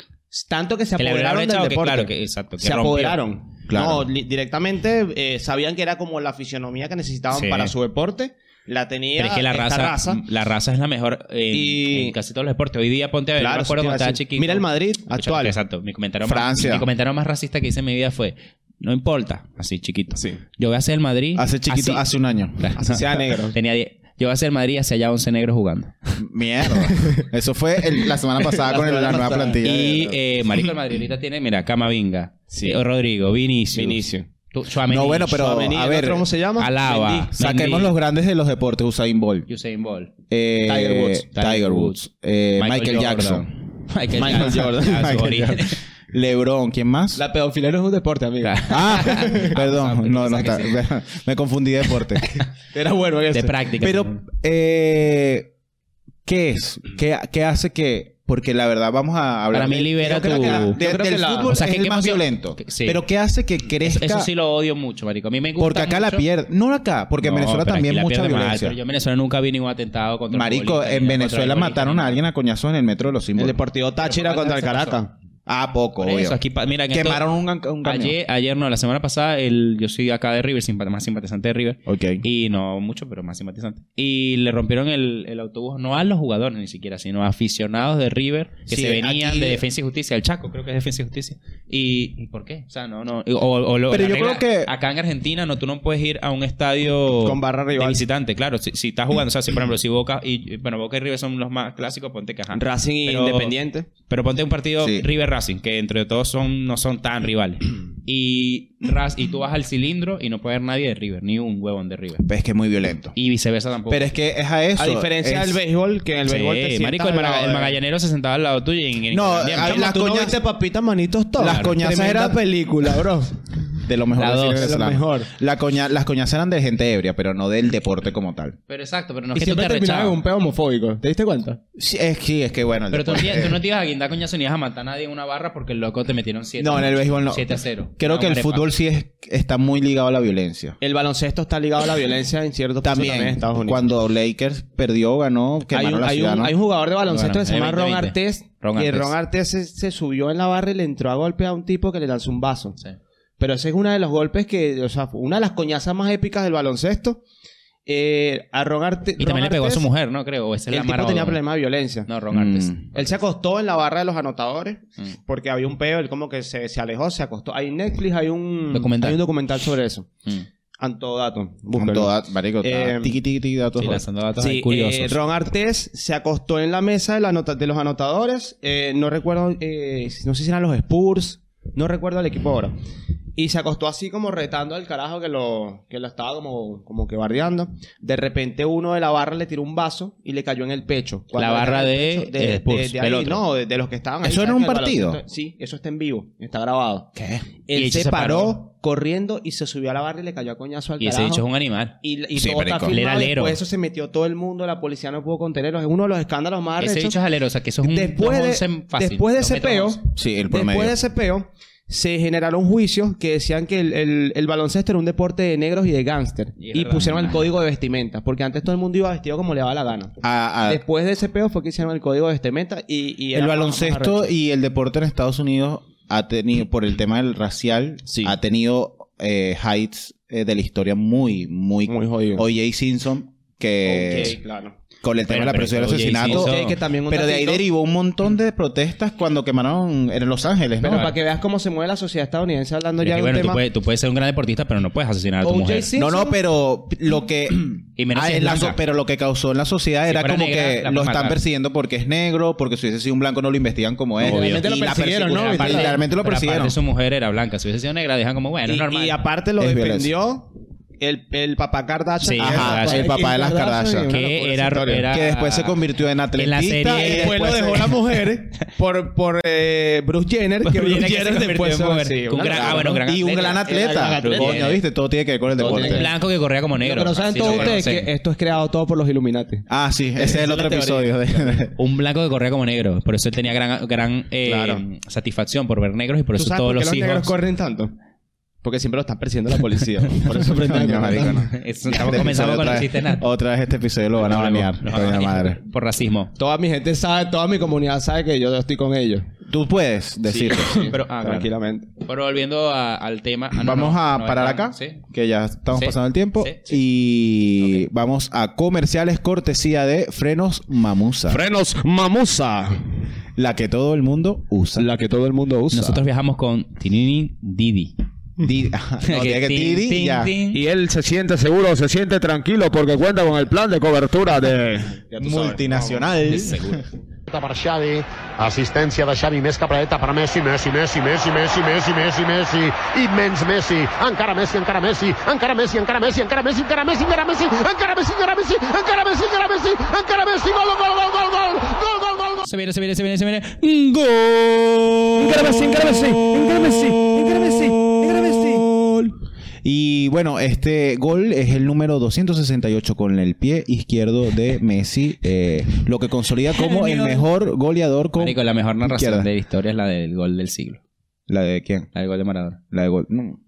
Speaker 5: Tanto que se
Speaker 6: Que le abrió la
Speaker 5: apoderaron
Speaker 6: brecha o
Speaker 5: del
Speaker 6: que-
Speaker 5: deporte.
Speaker 6: claro, que- exacto, que
Speaker 5: se
Speaker 6: rompió.
Speaker 5: apoderaron.
Speaker 4: Claro.
Speaker 5: No, li- directamente eh, sabían que era como la fisionomía que necesitaban
Speaker 6: Sí.
Speaker 5: para su deporte. La tenía
Speaker 6: Pero es que la
Speaker 5: esta
Speaker 6: raza, mm, eh, La raza es la mejor eh, en,
Speaker 5: Y-
Speaker 6: en casi todos los deportes. Hoy día, ponte a ver, yo me
Speaker 5: Claro,
Speaker 6: acuerdo
Speaker 5: eso te iba
Speaker 6: cuando
Speaker 5: a
Speaker 6: estaba
Speaker 5: decir.
Speaker 6: chiquito.
Speaker 5: Mira el Madrid
Speaker 6: Escucha,
Speaker 5: actual.
Speaker 6: Exacto. Mi comentario,
Speaker 4: Francia.
Speaker 6: Más, mi comentario más racista que hice en mi vida fue... No importa. Así, chiquito. Yo voy a ser el Madrid...
Speaker 4: Hace chiquito,
Speaker 6: así.
Speaker 4: hace un año.
Speaker 5: Así sea negro.
Speaker 6: Tenía die- Yo voy a ser el Madrid y hacia allá 11 negros jugando.
Speaker 4: Mierda. Eso fue el- la semana pasada con el- la nueva plantilla.
Speaker 6: Y
Speaker 4: de-
Speaker 6: eh, Marico el Madrid ahorita tiene, mira, Camavinga,
Speaker 5: Sí.
Speaker 6: eh, Rodrigo, Vinicius.
Speaker 5: Vinicius.
Speaker 6: Tú- Tchouaméni,
Speaker 4: No, bueno, pero
Speaker 5: Tchouaméni,
Speaker 4: a
Speaker 5: ¿el
Speaker 4: ver.
Speaker 5: otro ¿Cómo se llama?
Speaker 6: Alaba.
Speaker 5: Mendy.
Speaker 4: Saquemos
Speaker 6: Mendy,
Speaker 4: los grandes de los deportes. Usain Bolt.
Speaker 6: Usain Bolt.
Speaker 4: eh,
Speaker 5: Tiger Woods.
Speaker 4: Tiger Woods. eh, Michael,
Speaker 6: Jordan.
Speaker 4: Jackson.
Speaker 6: Michael,
Speaker 5: Michael
Speaker 6: Jordan.
Speaker 5: Jordan.
Speaker 6: Ya, su
Speaker 5: Michael
Speaker 6: origen.
Speaker 4: Lebron. ¿Quién más?
Speaker 5: La pedofilia no es un deporte, amiga.
Speaker 4: Ah, perdón. No, no
Speaker 6: pensaba
Speaker 4: está. Me confundí de deporte.
Speaker 5: Era bueno
Speaker 6: De
Speaker 5: eso.
Speaker 6: práctica.
Speaker 4: Pero, eh, ¿qué es? ¿Qué, qué hace que...? Porque la verdad vamos a hablar...
Speaker 6: Para mí
Speaker 4: de-
Speaker 6: libera
Speaker 4: yo creo
Speaker 6: tu-
Speaker 4: que la-
Speaker 6: yo
Speaker 4: de-
Speaker 5: creo
Speaker 4: del
Speaker 5: que la-
Speaker 4: fútbol
Speaker 6: o sea,
Speaker 4: es
Speaker 6: que-
Speaker 4: el
Speaker 6: que
Speaker 4: más
Speaker 6: emoción-
Speaker 4: violento.
Speaker 6: que- sí.
Speaker 4: Pero ¿qué hace que crezca?
Speaker 6: eso sí lo odio mucho, Marico. A mí me gusta.
Speaker 4: porque acá la
Speaker 6: mucho-
Speaker 4: pierde. No acá, porque en
Speaker 6: No,
Speaker 4: Venezuela
Speaker 6: pero aquí
Speaker 4: también
Speaker 6: la
Speaker 4: mucha
Speaker 6: pierde mal,
Speaker 4: violencia.
Speaker 6: pero yo en Venezuela nunca vi ningún atentado contra el
Speaker 4: Marico,
Speaker 6: futbolista,
Speaker 4: en
Speaker 6: ni contra
Speaker 4: Venezuela
Speaker 6: el futbolista,
Speaker 4: mataron a
Speaker 6: ni nada.
Speaker 4: alguien a coñazos en el metro de los
Speaker 5: El
Speaker 4: símbolos.
Speaker 5: deportivo Táchira
Speaker 6: Pero
Speaker 5: contra el
Speaker 6: ¿cuántas veces
Speaker 5: Caracas.
Speaker 4: Ah, poco,
Speaker 6: Por
Speaker 4: obvio.
Speaker 6: eso, aquí, pa- mira, en esto-
Speaker 4: Quemaron un, un camión.
Speaker 6: Ayer, ayer no, la semana pasada el, yo soy acá de River, simpa- más simpatizante de River.
Speaker 4: Ok.
Speaker 6: Y no mucho, pero más simpatizante. Y le rompieron el, el autobús, no a los jugadores ni siquiera, sino a aficionados de River que
Speaker 4: Sí,
Speaker 6: se venían
Speaker 4: aquí-
Speaker 6: de Defensa y Justicia, el Chaco, creo que es Defensa y Justicia. ¿Y, ¿y por qué? O sea, no, no. O, o lo-
Speaker 4: Pero
Speaker 6: la
Speaker 4: yo creo que-
Speaker 6: Acá en Argentina, no, tú no puedes ir a un estadio.
Speaker 5: Con barra
Speaker 6: de
Speaker 5: rival.
Speaker 6: visitante, claro. Si, si estás jugando, o sea, si, por ejemplo, si Boca y. Bueno, Boca y River son los más clásicos, ponte que ajá.
Speaker 5: Racing e
Speaker 6: Pero-
Speaker 5: Independiente.
Speaker 6: Pero ponte un partido
Speaker 4: Sí.
Speaker 6: River Racing, que entre todos son, no son tan rivales. Y, Raz- y tú vas al cilindro y no puede haber nadie de River, ni un huevón de River.
Speaker 4: Pero es que es muy violento.
Speaker 6: Y viceversa tampoco.
Speaker 4: Pero es que es a eso.
Speaker 5: A diferencia
Speaker 4: es-
Speaker 5: del béisbol, que en el
Speaker 6: Sí,
Speaker 5: béisbol te sientas
Speaker 6: marico, el,
Speaker 5: al
Speaker 6: Maraga-
Speaker 5: lado
Speaker 6: el
Speaker 5: de-
Speaker 6: magallanero se sentaba al lado tuyo y en, en
Speaker 4: No,
Speaker 6: Colombia,
Speaker 4: hay-
Speaker 6: mucho
Speaker 4: las
Speaker 5: Tú no
Speaker 4: coñas-
Speaker 5: viste papitas manitos todas.
Speaker 4: Las coñazas
Speaker 5: Tremenda
Speaker 4: eran-
Speaker 5: película, bro.
Speaker 4: De lo mejor
Speaker 6: La
Speaker 4: del cine
Speaker 6: dos, de lo
Speaker 4: venezolano.
Speaker 5: mejor.
Speaker 4: La coña, las coñas eran de gente ebria, pero no del deporte como tal.
Speaker 6: Pero exacto, pero no
Speaker 5: y
Speaker 6: es que tú te
Speaker 5: siempre terminaba
Speaker 6: arrechabas.
Speaker 5: con un pues. pedo homofóbico. ¿Te diste cuenta?
Speaker 4: Sí, es que, es que bueno. el
Speaker 6: Pero tú, no
Speaker 4: deporte-
Speaker 6: te- tú no te ibas a guindar coñazo ni ibas a matar a nadie en una barra porque el loco te metieron 7
Speaker 4: No, en el béisbol no.
Speaker 6: 7 a 0.
Speaker 4: Creo que el fútbol sí es, está muy ligado a la violencia.
Speaker 5: El baloncesto está ligado a la violencia en ciertos países
Speaker 4: También,
Speaker 5: en Estados Unidos.
Speaker 4: cuando Lakers perdió, ganó,
Speaker 5: hay
Speaker 4: quemaron
Speaker 5: un,
Speaker 4: la
Speaker 5: hay
Speaker 4: ciudad,
Speaker 5: un-
Speaker 4: ¿no?
Speaker 5: hay un jugador de baloncesto
Speaker 6: Bueno,
Speaker 5: que se
Speaker 6: el
Speaker 5: llama Ron
Speaker 6: 20-20.
Speaker 5: Artés.
Speaker 6: Ron
Speaker 5: que
Speaker 6: Artés.
Speaker 5: Ron Artés se, se subió en la barra y le entró a golpear a un tipo que le lanzó un vaso.
Speaker 6: Sí.
Speaker 5: Pero ese es uno de los golpes que, o sea, una de las coñazas más épicas del baloncesto. eh, arrogarte.
Speaker 6: Y también le pegó a su mujer, ¿no? Creo. o Esa es la
Speaker 5: El tipo
Speaker 6: mano-
Speaker 5: tenía problemas de violencia.
Speaker 6: No, Ron Artes.
Speaker 4: Mm.
Speaker 5: Él se acostó en la barra de los anotadores
Speaker 6: Mm.
Speaker 5: porque había un peo, él como que se, se alejó, se acostó. Hay Netflix, hay un
Speaker 6: Documental.
Speaker 5: hay un documental sobre eso.
Speaker 6: Mm.
Speaker 5: Antodato.
Speaker 4: Con
Speaker 5: Búscalo.
Speaker 4: toda- marico,
Speaker 5: Eh,
Speaker 4: tiki, tiki, tiki, datos.
Speaker 6: Sí, lanzando datos
Speaker 5: Sí,
Speaker 6: ahí curiosos.
Speaker 5: eh, Ron Artés se acostó en la mesa de, la anota- de los anotadores. eh, no recuerdo, eh, no sé si eran los Spurs. No recuerdo el equipo ahora. Y se acostó así como retando al carajo que lo, que lo estaba como, como que bardeando. De repente uno de la barra le tiró un vaso y le cayó en el pecho.
Speaker 6: La
Speaker 5: le
Speaker 6: barra
Speaker 5: cayó
Speaker 6: de,
Speaker 5: en el pecho,
Speaker 6: eh, Spurs,
Speaker 5: de
Speaker 6: del
Speaker 5: ahí,
Speaker 6: otro.
Speaker 5: No, de, de los que estaban ahí.
Speaker 4: ¿Eso era
Speaker 5: ¿sabes
Speaker 4: un
Speaker 5: que el
Speaker 4: partido?
Speaker 5: baloncesto- Sí, eso está en vivo. Está grabado.
Speaker 4: ¿Qué?
Speaker 6: Y
Speaker 5: Él
Speaker 6: el bicho
Speaker 5: se,
Speaker 6: se
Speaker 5: paró,
Speaker 6: paró.
Speaker 5: corriendo y se subió a la barra y le cayó a coñazo al
Speaker 6: y ese
Speaker 5: carajo.
Speaker 6: bicho es un animal.
Speaker 5: Y, y
Speaker 4: Sí,
Speaker 5: todo está
Speaker 4: marico.
Speaker 5: filmado,
Speaker 6: Le era alero.
Speaker 5: Después eso se metió todo el mundo, la policía no pudo contenerlo. Es uno de los escándalos más
Speaker 6: Ese
Speaker 5: arrechos.
Speaker 6: bicho es alero, o sea que eso es un
Speaker 5: Después de-
Speaker 6: 2'11 fácil,
Speaker 5: después de
Speaker 6: dos
Speaker 5: ese
Speaker 6: metros
Speaker 5: peo,
Speaker 6: once.
Speaker 4: Sí, el promedio.
Speaker 5: Después de ese peo, se generaron juicios que decían que el, el- el baloncesto era un deporte de negros y de gángster.
Speaker 6: Y
Speaker 5: Y,
Speaker 6: es verdad.
Speaker 5: pusieron el código de vestimenta, porque antes todo el mundo iba vestido como le daba la gana.
Speaker 4: A- a-
Speaker 5: Después de ese peo fue que hicieron el código de vestimenta y... y
Speaker 4: Ah. el
Speaker 5: era más- más
Speaker 4: baloncesto
Speaker 5: arrecho.
Speaker 4: y el deporte en Estados Unidos ha tenido, por el tema del racial,
Speaker 5: Sí.
Speaker 4: ha tenido eh, heights eh, de la historia muy, muy...
Speaker 5: Muy jodido.
Speaker 4: O.J. Simpson, que
Speaker 5: Ok, claro.
Speaker 4: con el tema
Speaker 6: Bueno,
Speaker 4: de la
Speaker 6: pero
Speaker 4: presión del
Speaker 6: O.J.
Speaker 4: asesinato...
Speaker 6: Simpson-
Speaker 5: Ok, que también un
Speaker 4: Pero de ahí
Speaker 5: datito-
Speaker 4: derivó un montón de protestas cuando quemaron en Los Ángeles, ¿no?
Speaker 5: Bueno, para que veas cómo se mueve la sociedad estadounidense hablando
Speaker 6: Pero es
Speaker 5: ya
Speaker 6: que,
Speaker 5: de un
Speaker 6: bueno, tú
Speaker 5: tema...
Speaker 6: puedes, tú puedes ser un gran deportista, pero no puedes asesinar a tu
Speaker 5: O.J.
Speaker 6: mujer.
Speaker 5: Simpson.
Speaker 4: no, no, pero lo que...
Speaker 6: Y menos
Speaker 4: Ah,
Speaker 6: si es
Speaker 4: en la so-
Speaker 6: blanca.
Speaker 4: pero lo que causó en la sociedad
Speaker 6: Si
Speaker 4: era
Speaker 6: fuera
Speaker 4: como
Speaker 6: negra, la
Speaker 4: que
Speaker 6: pueden
Speaker 4: lo están
Speaker 6: matar.
Speaker 4: persiguiendo porque es negro, porque si hubiese sido un blanco no lo investigan como es.
Speaker 6: Obvio.
Speaker 4: Literalmente
Speaker 5: Literalmente lo
Speaker 4: y la
Speaker 5: persiguieron, ¿no?
Speaker 4: persecución-
Speaker 5: Aparte-
Speaker 4: Literalmente lo
Speaker 6: Pero aparte
Speaker 4: persiguieron.
Speaker 6: su mujer era blanca. Si hubiese sido negra, dejan como, bueno, es
Speaker 5: y,
Speaker 6: normal.
Speaker 5: y aparte lo
Speaker 4: Es
Speaker 5: defendió el, el papá Kardashian. Pues
Speaker 6: Sí,
Speaker 5: que
Speaker 6: Ajá,
Speaker 5: era
Speaker 4: el papá de las Kardashian.
Speaker 5: y una
Speaker 6: que
Speaker 5: locura
Speaker 6: era,
Speaker 5: esa historia.
Speaker 6: era-
Speaker 4: que después se convirtió en
Speaker 6: en la
Speaker 4: atletista
Speaker 6: serie-
Speaker 4: y
Speaker 5: Después lo
Speaker 4: después
Speaker 5: dejó
Speaker 4: se-
Speaker 5: la mujer por, por eh, Bruce Jenner,
Speaker 6: Bruce
Speaker 5: que Bruce
Speaker 6: Jenner que se
Speaker 5: Jenner
Speaker 6: convirtió
Speaker 5: después
Speaker 6: en
Speaker 5: se
Speaker 6: mujer.
Speaker 5: sí,
Speaker 6: Un
Speaker 5: una
Speaker 6: gran-
Speaker 5: locura.
Speaker 6: ah, bueno, gran
Speaker 4: y un gran
Speaker 6: atleta. Era un
Speaker 4: atleta.
Speaker 6: gran atleta.
Speaker 4: Coño, viste, todo tiene que ver con el
Speaker 5: Todo
Speaker 4: deporte.
Speaker 5: tiene
Speaker 6: un blanco que corría como
Speaker 5: Lo
Speaker 6: negro.
Speaker 5: que no saben
Speaker 6: Así
Speaker 5: todos
Speaker 6: lo
Speaker 5: ustedes
Speaker 6: conocen.
Speaker 5: que eh, esto es creado todo por los Illuminati.
Speaker 4: Ah, sí, ese es el
Speaker 5: la
Speaker 4: otro
Speaker 5: teoría.
Speaker 4: episodio. de-
Speaker 6: Un blanco que corría como negro. Por eso él tenía gran, gran eh,
Speaker 5: Claro.
Speaker 6: satisfacción por ver negros y por
Speaker 5: ¿Tú
Speaker 6: eso
Speaker 5: sabes
Speaker 6: todos
Speaker 5: por qué
Speaker 6: los,
Speaker 5: los negros
Speaker 6: hijos.
Speaker 5: corren tanto? Porque siempre lo están persiguiendo la policía. Por eso prenden
Speaker 4: Coño, marico, no.
Speaker 6: Eso,
Speaker 4: Este
Speaker 6: estamos
Speaker 4: episodio
Speaker 6: comenzando con
Speaker 4: otra vez-
Speaker 6: el chiste nada.
Speaker 4: Otra vez este episodio lo van a banear. coño de madre.
Speaker 6: Por racismo.
Speaker 5: Toda mi gente sabe, toda mi comunidad sabe que yo estoy con ellos.
Speaker 4: Tú puedes decirlo.
Speaker 6: Pero, ah, claro.
Speaker 5: Tranquilamente.
Speaker 6: Pero volviendo a- al tema. ah, no,
Speaker 4: vamos
Speaker 6: no,
Speaker 4: a
Speaker 6: no,
Speaker 4: parar
Speaker 6: no,
Speaker 4: acá,
Speaker 6: Sí.
Speaker 4: que ya estamos
Speaker 6: Sí.
Speaker 4: pasando el tiempo.
Speaker 6: Sí,
Speaker 4: Y vamos a comerciales cortesía de Frenos Mamusa,
Speaker 5: Frenos Mamusa.
Speaker 4: la que todo el mundo usa.
Speaker 5: La que todo el mundo usa.
Speaker 6: Nosotros viajamos con Tinini Didi.
Speaker 4: Di- Ajá, no, tiene que
Speaker 6: Tin,
Speaker 4: tiri,
Speaker 6: tin,
Speaker 4: ya.
Speaker 6: tin.
Speaker 7: Y él se siente seguro, se siente tranquilo porque cuenta con el plan de cobertura de
Speaker 4: Multinacional.
Speaker 8: Pilota per Xavi, assistència de Xavi més cap a la dreta per Messi, Messi, Messi, Messi, Messi, Messi, Messi, Messi, immens Messi, encara Messi, encara Messi, encara Messi, encara Messi, encara Messi, encara Messi, encara Messi, encara Messi, encara Messi, encara Messi, encara Messi, encara Messi, gol, gol, gol, gol, gol, gol, gol, gol, gol.
Speaker 6: Se viene, se viene, se viene, se viene. ¡Gol!
Speaker 4: Y bueno, este gol es el número 268 con el pie izquierdo de Messi, eh, lo que consolida como el mejor goleador con
Speaker 6: Marico, la mejor narración
Speaker 4: izquierda.
Speaker 6: de la historia es la del gol del siglo.
Speaker 4: ¿La de quién?
Speaker 6: La del gol de Maradona.
Speaker 4: La de gol. No.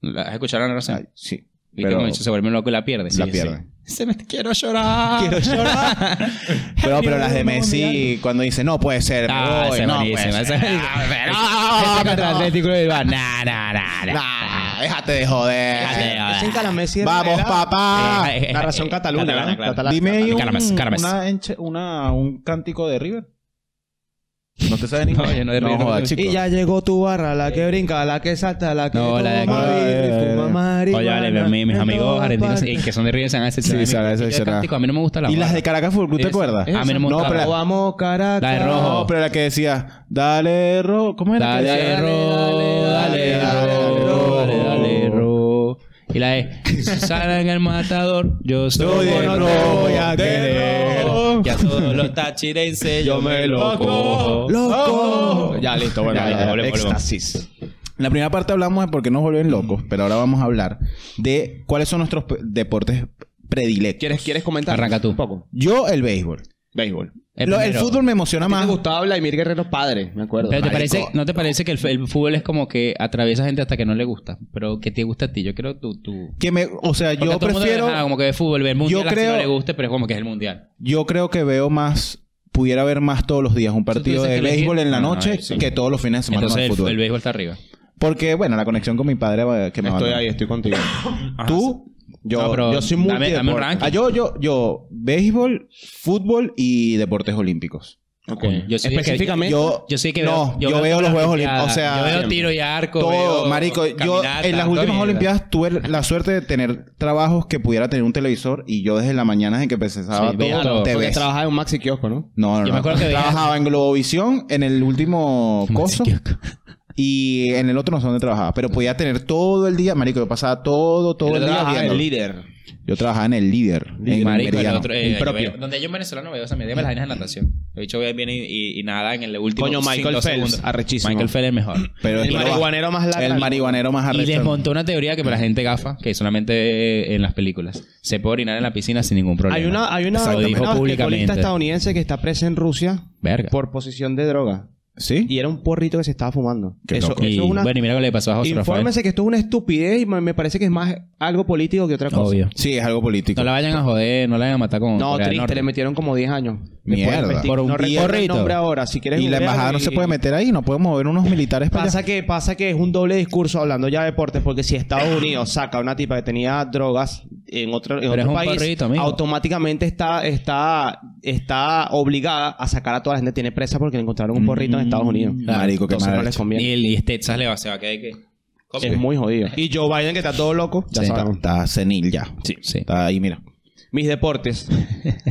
Speaker 6: ¿La- ¿Has escuchado la narración?
Speaker 4: Ay, sí.
Speaker 6: Viste
Speaker 4: pero-
Speaker 6: cómo dice, se vuelve un loco y la pierde.
Speaker 4: La
Speaker 6: Sí,
Speaker 4: pierde.
Speaker 6: sí. Se me quiero llorar.
Speaker 4: Quiero llorar. Pero, pero las de Messi, cuando dice, no puede ser, me
Speaker 6: Ah,
Speaker 4: voy,
Speaker 6: esa es
Speaker 4: no pues. puede ser.
Speaker 6: buenísima. esa es buenísima. Esa ah, contra
Speaker 4: este no.
Speaker 6: Atlético de Bilbao. Nah, nah, nah, nah.
Speaker 4: Nah, déjate de joder.
Speaker 6: Déjate de joder.
Speaker 5: Es en Calamesi,
Speaker 4: Vamos,
Speaker 5: era-
Speaker 4: papá.
Speaker 6: Eh, eh, eh,
Speaker 5: narración
Speaker 6: eh,
Speaker 5: catalana, ¿no?
Speaker 6: claro.
Speaker 5: Catalana.
Speaker 4: Dime ahí un,
Speaker 6: Caramas, caramas.
Speaker 4: una enche- una- un cántico de River. No te sabes ni
Speaker 6: No, yo no de River, no
Speaker 4: jodas,
Speaker 6: me-
Speaker 4: chico.
Speaker 5: Y ya llegó tu barra, la que brinca, la que salta, la que
Speaker 6: No, la de- eh,
Speaker 5: toma birra y fuma marihuana.
Speaker 6: Oye, vale, pero mi- mis
Speaker 5: En
Speaker 6: amigos
Speaker 5: todas
Speaker 6: argentinos eh,
Speaker 5: partes.
Speaker 6: que son de River se van a
Speaker 4: Sí,
Speaker 6: decepcionar.
Speaker 4: se van a
Speaker 6: Yo de
Speaker 4: decepcionar.
Speaker 6: cántico, A mí no me gusta la
Speaker 4: Y las
Speaker 6: barra.
Speaker 4: de Caracas Fútbol, ¿tú te
Speaker 6: Esa.
Speaker 4: acuerdas?
Speaker 6: Ah, a mí no me
Speaker 4: No,
Speaker 6: gusta.
Speaker 4: pero
Speaker 5: O
Speaker 4: la-
Speaker 5: vamos, Caracas.
Speaker 6: La de rojo.
Speaker 4: No, pero la que decía, dale, rojo. ¿Cómo era? que
Speaker 6: Dale,
Speaker 4: decía?
Speaker 6: ro, dale, ro, dale, dale, ro. Y la de Susana en el matador, yo soy
Speaker 4: de
Speaker 6: el
Speaker 4: ro, de ro.
Speaker 6: Y a todos los tachirenses yo me lo cojo.
Speaker 4: ¡Loco!
Speaker 5: Ya, listo, bueno.
Speaker 6: Ya, ya, volvemos, volvemos.
Speaker 5: Éxtasis.
Speaker 4: En la primera parte hablamos de por qué nos vuelven locos, pero ahora vamos a hablar de cuáles son nuestros pe- deportes predilectos.
Speaker 5: ¿Quieres, ¿Quieres comentar?
Speaker 6: Arranca tú.
Speaker 5: Un poco.
Speaker 4: Yo, el béisbol.
Speaker 5: Béisbol.
Speaker 4: Lo- el
Speaker 6: primero.
Speaker 4: fútbol me emociona
Speaker 5: Me
Speaker 4: más.
Speaker 5: gustaba Vladimir Guerrero padre, me acuerdo.
Speaker 6: Pero te
Speaker 5: Marico.
Speaker 6: parece, ¿no te parece que el, f- el fútbol es como que atraviesa gente hasta que no le gusta? Pero que te gusta a ti. Yo creo tú... tú...
Speaker 4: Que me, o sea,
Speaker 6: Porque a
Speaker 4: yo
Speaker 6: todo el mundo le-
Speaker 4: prefiero.
Speaker 6: ah, como que ve fútbol, ve el mundial,
Speaker 4: yo
Speaker 6: así
Speaker 4: creo-
Speaker 6: no le guste, pero es como que es el mundial.
Speaker 4: Yo creo que veo más. Pudiera ver más todos los días un partido
Speaker 6: dices
Speaker 4: de
Speaker 6: que elegir-
Speaker 4: béisbol en la
Speaker 6: Ah,
Speaker 4: noche
Speaker 6: sí.
Speaker 4: que todos los fines de semana
Speaker 6: Entonces
Speaker 4: de
Speaker 6: el,
Speaker 4: fútbol.
Speaker 6: el béisbol está arriba.
Speaker 4: Porque, bueno, la conexión con mi padre eh, que me
Speaker 5: Estoy
Speaker 4: abandonó.
Speaker 5: ahí, estoy contigo.
Speaker 4: Tú,
Speaker 5: Yo,
Speaker 6: No, pero
Speaker 5: yo soy
Speaker 6: dame-
Speaker 5: muy
Speaker 6: dame un ranking.
Speaker 4: Ah, yo, yo, yo, béisbol, fútbol y deportes olímpicos.
Speaker 6: Yo soy
Speaker 5: Específicamente.
Speaker 4: Yo,
Speaker 6: Yo sí que
Speaker 4: no,
Speaker 6: veo,
Speaker 4: yo, veo, los
Speaker 6: las
Speaker 4: Juegos Olímpicos.
Speaker 6: Olimpiadas.
Speaker 4: O sea,
Speaker 6: yo veo tiro y arco.
Speaker 4: todo,
Speaker 6: veo
Speaker 4: marico. Yo
Speaker 6: caminata,
Speaker 4: en las
Speaker 6: toda
Speaker 4: últimas
Speaker 6: mierda.
Speaker 4: Olimpiadas tuve la suerte de tener trabajos que pudiera tener un televisor y yo desde la mañana en que empezaba
Speaker 6: Sí,
Speaker 4: todo,
Speaker 6: veía todo.
Speaker 4: te
Speaker 5: Porque
Speaker 4: ves.
Speaker 5: trabajaba en un maxi kiosco, ¿no?
Speaker 4: No, no,
Speaker 6: Yo me
Speaker 4: no.
Speaker 6: acuerdo que veía-
Speaker 4: Trabajaba en Globovisión en el último coso y en el otro no sé dónde trabajaba, pero podía tener todo el día, marico, yo pasaba todo todo
Speaker 6: Yo
Speaker 4: el día
Speaker 6: trabajaba en
Speaker 4: viendo.
Speaker 5: líder.
Speaker 4: Yo trabajaba en el líder, en el
Speaker 6: Marico, el
Speaker 4: Meridiano.
Speaker 6: otro, eh,
Speaker 4: El
Speaker 6: yo
Speaker 4: propio.
Speaker 6: veo- donde yo en Venezuela no veo esa mierda, me las vainas de natación. De hecho, viene y, y, y nada en el último
Speaker 5: Coño, Michael
Speaker 6: cinco
Speaker 5: Phelps,
Speaker 6: segundos.
Speaker 5: arrechísimo.
Speaker 6: Michael Phelps es mejor.
Speaker 4: Pero
Speaker 5: El
Speaker 4: esto-
Speaker 5: marihuanero más largo.
Speaker 4: el marihuanero más
Speaker 6: Y
Speaker 4: arrecho.
Speaker 6: desmontó una teoría que para la gente gafa, que solamente eh, en las películas, se puede orinar en la piscina sin ningún problema.
Speaker 5: Hay una, hay una,
Speaker 6: Lo
Speaker 5: hay
Speaker 6: dijo
Speaker 5: una basquetbolista
Speaker 6: públicamente.
Speaker 5: estadounidense que está presa en Rusia
Speaker 6: Verga.
Speaker 5: por posesión de droga.
Speaker 4: ¿Sí?
Speaker 5: Y era un porrito que se estaba fumando.
Speaker 4: Qué
Speaker 5: Eso,
Speaker 4: loco.
Speaker 5: eso
Speaker 6: Y,
Speaker 5: es una...
Speaker 6: Bueno, y mira lo que le pasó a José Rafael.
Speaker 5: Infórmese que esto es una estupidez y me me parece que es más algo político que otra cosa.
Speaker 6: Obvio.
Speaker 4: Sí, es algo político.
Speaker 6: No la vayan a joder, no la vayan a matar con
Speaker 5: No,
Speaker 6: Corea del
Speaker 5: triste,
Speaker 6: Norte.
Speaker 5: le metieron como 10 años.
Speaker 4: Mierda.
Speaker 5: Por
Speaker 4: Por
Speaker 5: un
Speaker 4: un
Speaker 5: no recuerdo el
Speaker 4: porrito.
Speaker 5: nombre ahora, si quieres
Speaker 4: y la
Speaker 5: googlear
Speaker 4: embajada no
Speaker 5: y-
Speaker 4: se puede meter ahí, no podemos mover unos militares para allá.
Speaker 5: Pasa que, pasa que es un doble discurso hablando ya de deportes, porque si Estados Unidos saca a una tipa que tenía drogas en otro, en
Speaker 6: Pero
Speaker 5: otro
Speaker 6: es un
Speaker 5: país,
Speaker 6: porrito, amigo.
Speaker 5: automáticamente está, está, está obligada a sacar a toda la gente que tiene presa porque le encontraron un porrito en Estados Unidos.
Speaker 6: Mm.
Speaker 4: Claro. Marico, qué
Speaker 5: Entonces
Speaker 4: mala
Speaker 5: no les
Speaker 4: leche.
Speaker 5: conviene.
Speaker 6: Y, el- y Texas le va, se va a quedar que...
Speaker 5: Es muy jodido. Y Joe Biden que está todo loco. Ya
Speaker 4: Sí, está,
Speaker 5: sabemos.
Speaker 4: está senil ya.
Speaker 6: Sí, sí.
Speaker 4: Está ahí, mira.
Speaker 5: Mis deportes.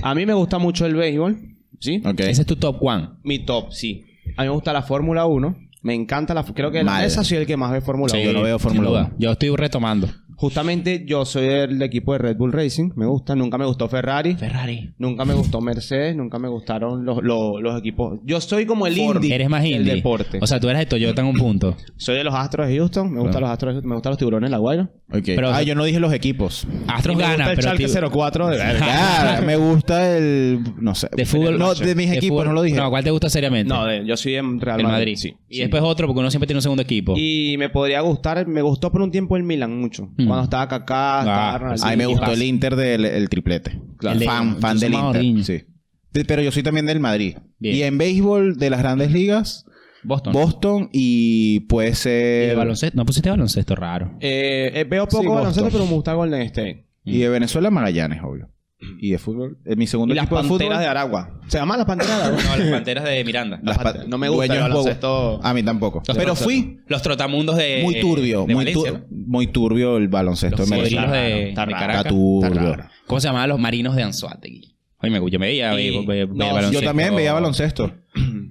Speaker 5: A mí me gusta mucho el béisbol. ¿Sí?
Speaker 4: Ok.
Speaker 6: Ese es tu top one.
Speaker 5: Mi top, sí. A mí me gusta la Fórmula 1. Me encanta la... Creo que de la
Speaker 4: Mal.
Speaker 5: mesa soy el que más ve Fórmula
Speaker 6: Sí,
Speaker 5: 1.
Speaker 4: no veo
Speaker 6: sin
Speaker 4: Fórmula
Speaker 6: duda.
Speaker 4: uno.
Speaker 6: Yo estoy retomando.
Speaker 5: Justamente yo soy del equipo de Red Bull Racing. Me gusta. Nunca me gustó Ferrari.
Speaker 6: Ferrari.
Speaker 5: Nunca me gustó Mercedes. Nunca me gustaron los, los, los equipos. Yo soy como el indie.
Speaker 6: Eres más
Speaker 5: del
Speaker 6: indie.
Speaker 5: deporte.
Speaker 6: O sea, tú eres de Toyota en un punto.
Speaker 5: soy de los Astros de Houston. Me gustan los Astros de Houston. Me gustan los Tiburones de La Guaira.
Speaker 4: Ok.
Speaker 6: Pero-
Speaker 4: ah, yo no dije los equipos.
Speaker 6: Astros
Speaker 5: Y me
Speaker 6: gana,
Speaker 5: gusta el
Speaker 6: Ah, pero
Speaker 5: Schalke
Speaker 6: tío-
Speaker 5: 04 de
Speaker 4: Claro, me gusta el. No sé.
Speaker 6: de fútbol.
Speaker 4: No, de mis
Speaker 6: de
Speaker 4: equipos,
Speaker 6: fútbol-
Speaker 4: no lo dije.
Speaker 6: No, ¿cuál te gusta seriamente?
Speaker 5: No, de- yo soy en Real
Speaker 6: el Madrid.
Speaker 5: Madrid. Sí.
Speaker 6: Y después otro, porque uno siempre tiene un segundo equipo.
Speaker 5: Y me podría gustar, me gustó por un tiempo el Milan mucho.
Speaker 6: Hmm.
Speaker 5: Cuando estaba Kaká,
Speaker 6: Ah,
Speaker 5: estaba Ronaldinho.
Speaker 4: Ay, me gustó
Speaker 5: Paz.
Speaker 4: el Inter del el triplete.
Speaker 6: Claro. El de-
Speaker 4: fan fan
Speaker 6: yo
Speaker 4: del
Speaker 6: soy más
Speaker 4: Inter.
Speaker 6: Mourinho.
Speaker 4: Sí. De- Pero yo soy también del Madrid.
Speaker 6: Bien.
Speaker 4: Y en béisbol de las grandes ligas,
Speaker 6: Boston. Eh,
Speaker 4: Boston y puede
Speaker 6: Y
Speaker 4: ser.
Speaker 6: baloncesto. No pusiste baloncesto, raro.
Speaker 5: Eh, eh, veo poco
Speaker 4: Sí,
Speaker 5: baloncesto,
Speaker 4: Boston.
Speaker 5: pero me gusta Golden State.
Speaker 4: Y
Speaker 6: Mm.
Speaker 4: de Venezuela, Magallanes, obvio. Y de fútbol. eh, mi segundo
Speaker 5: Y las
Speaker 4: equipo de fútbol.
Speaker 5: panteras de Aragua. ¿Se llaman las panteras de Aragua?
Speaker 6: No, las panteras de Miranda.
Speaker 4: las
Speaker 5: Pan-
Speaker 4: pa-
Speaker 5: no me gusta el
Speaker 4: dueños poco.
Speaker 5: baloncesto.
Speaker 4: A mí tampoco. Pero fui
Speaker 6: Los trotamundos de.
Speaker 4: muy turbio.
Speaker 6: de
Speaker 4: muy,
Speaker 6: Valencia,
Speaker 4: tur-
Speaker 6: ¿no?
Speaker 4: muy turbio el baloncesto
Speaker 6: Los
Speaker 4: de Venezuela.
Speaker 6: cocodrilos de,
Speaker 5: Está
Speaker 6: de
Speaker 5: raro,
Speaker 6: Caracas.
Speaker 4: Está turbio.
Speaker 6: ¿Cómo se llamaban los marinos de Anzuategui? Oye, me, yo me veía,
Speaker 5: Y-
Speaker 6: ve- ve- ve-
Speaker 5: no,
Speaker 6: veía
Speaker 5: yo
Speaker 4: Yo
Speaker 6: baloncesto.
Speaker 4: también veía baloncesto.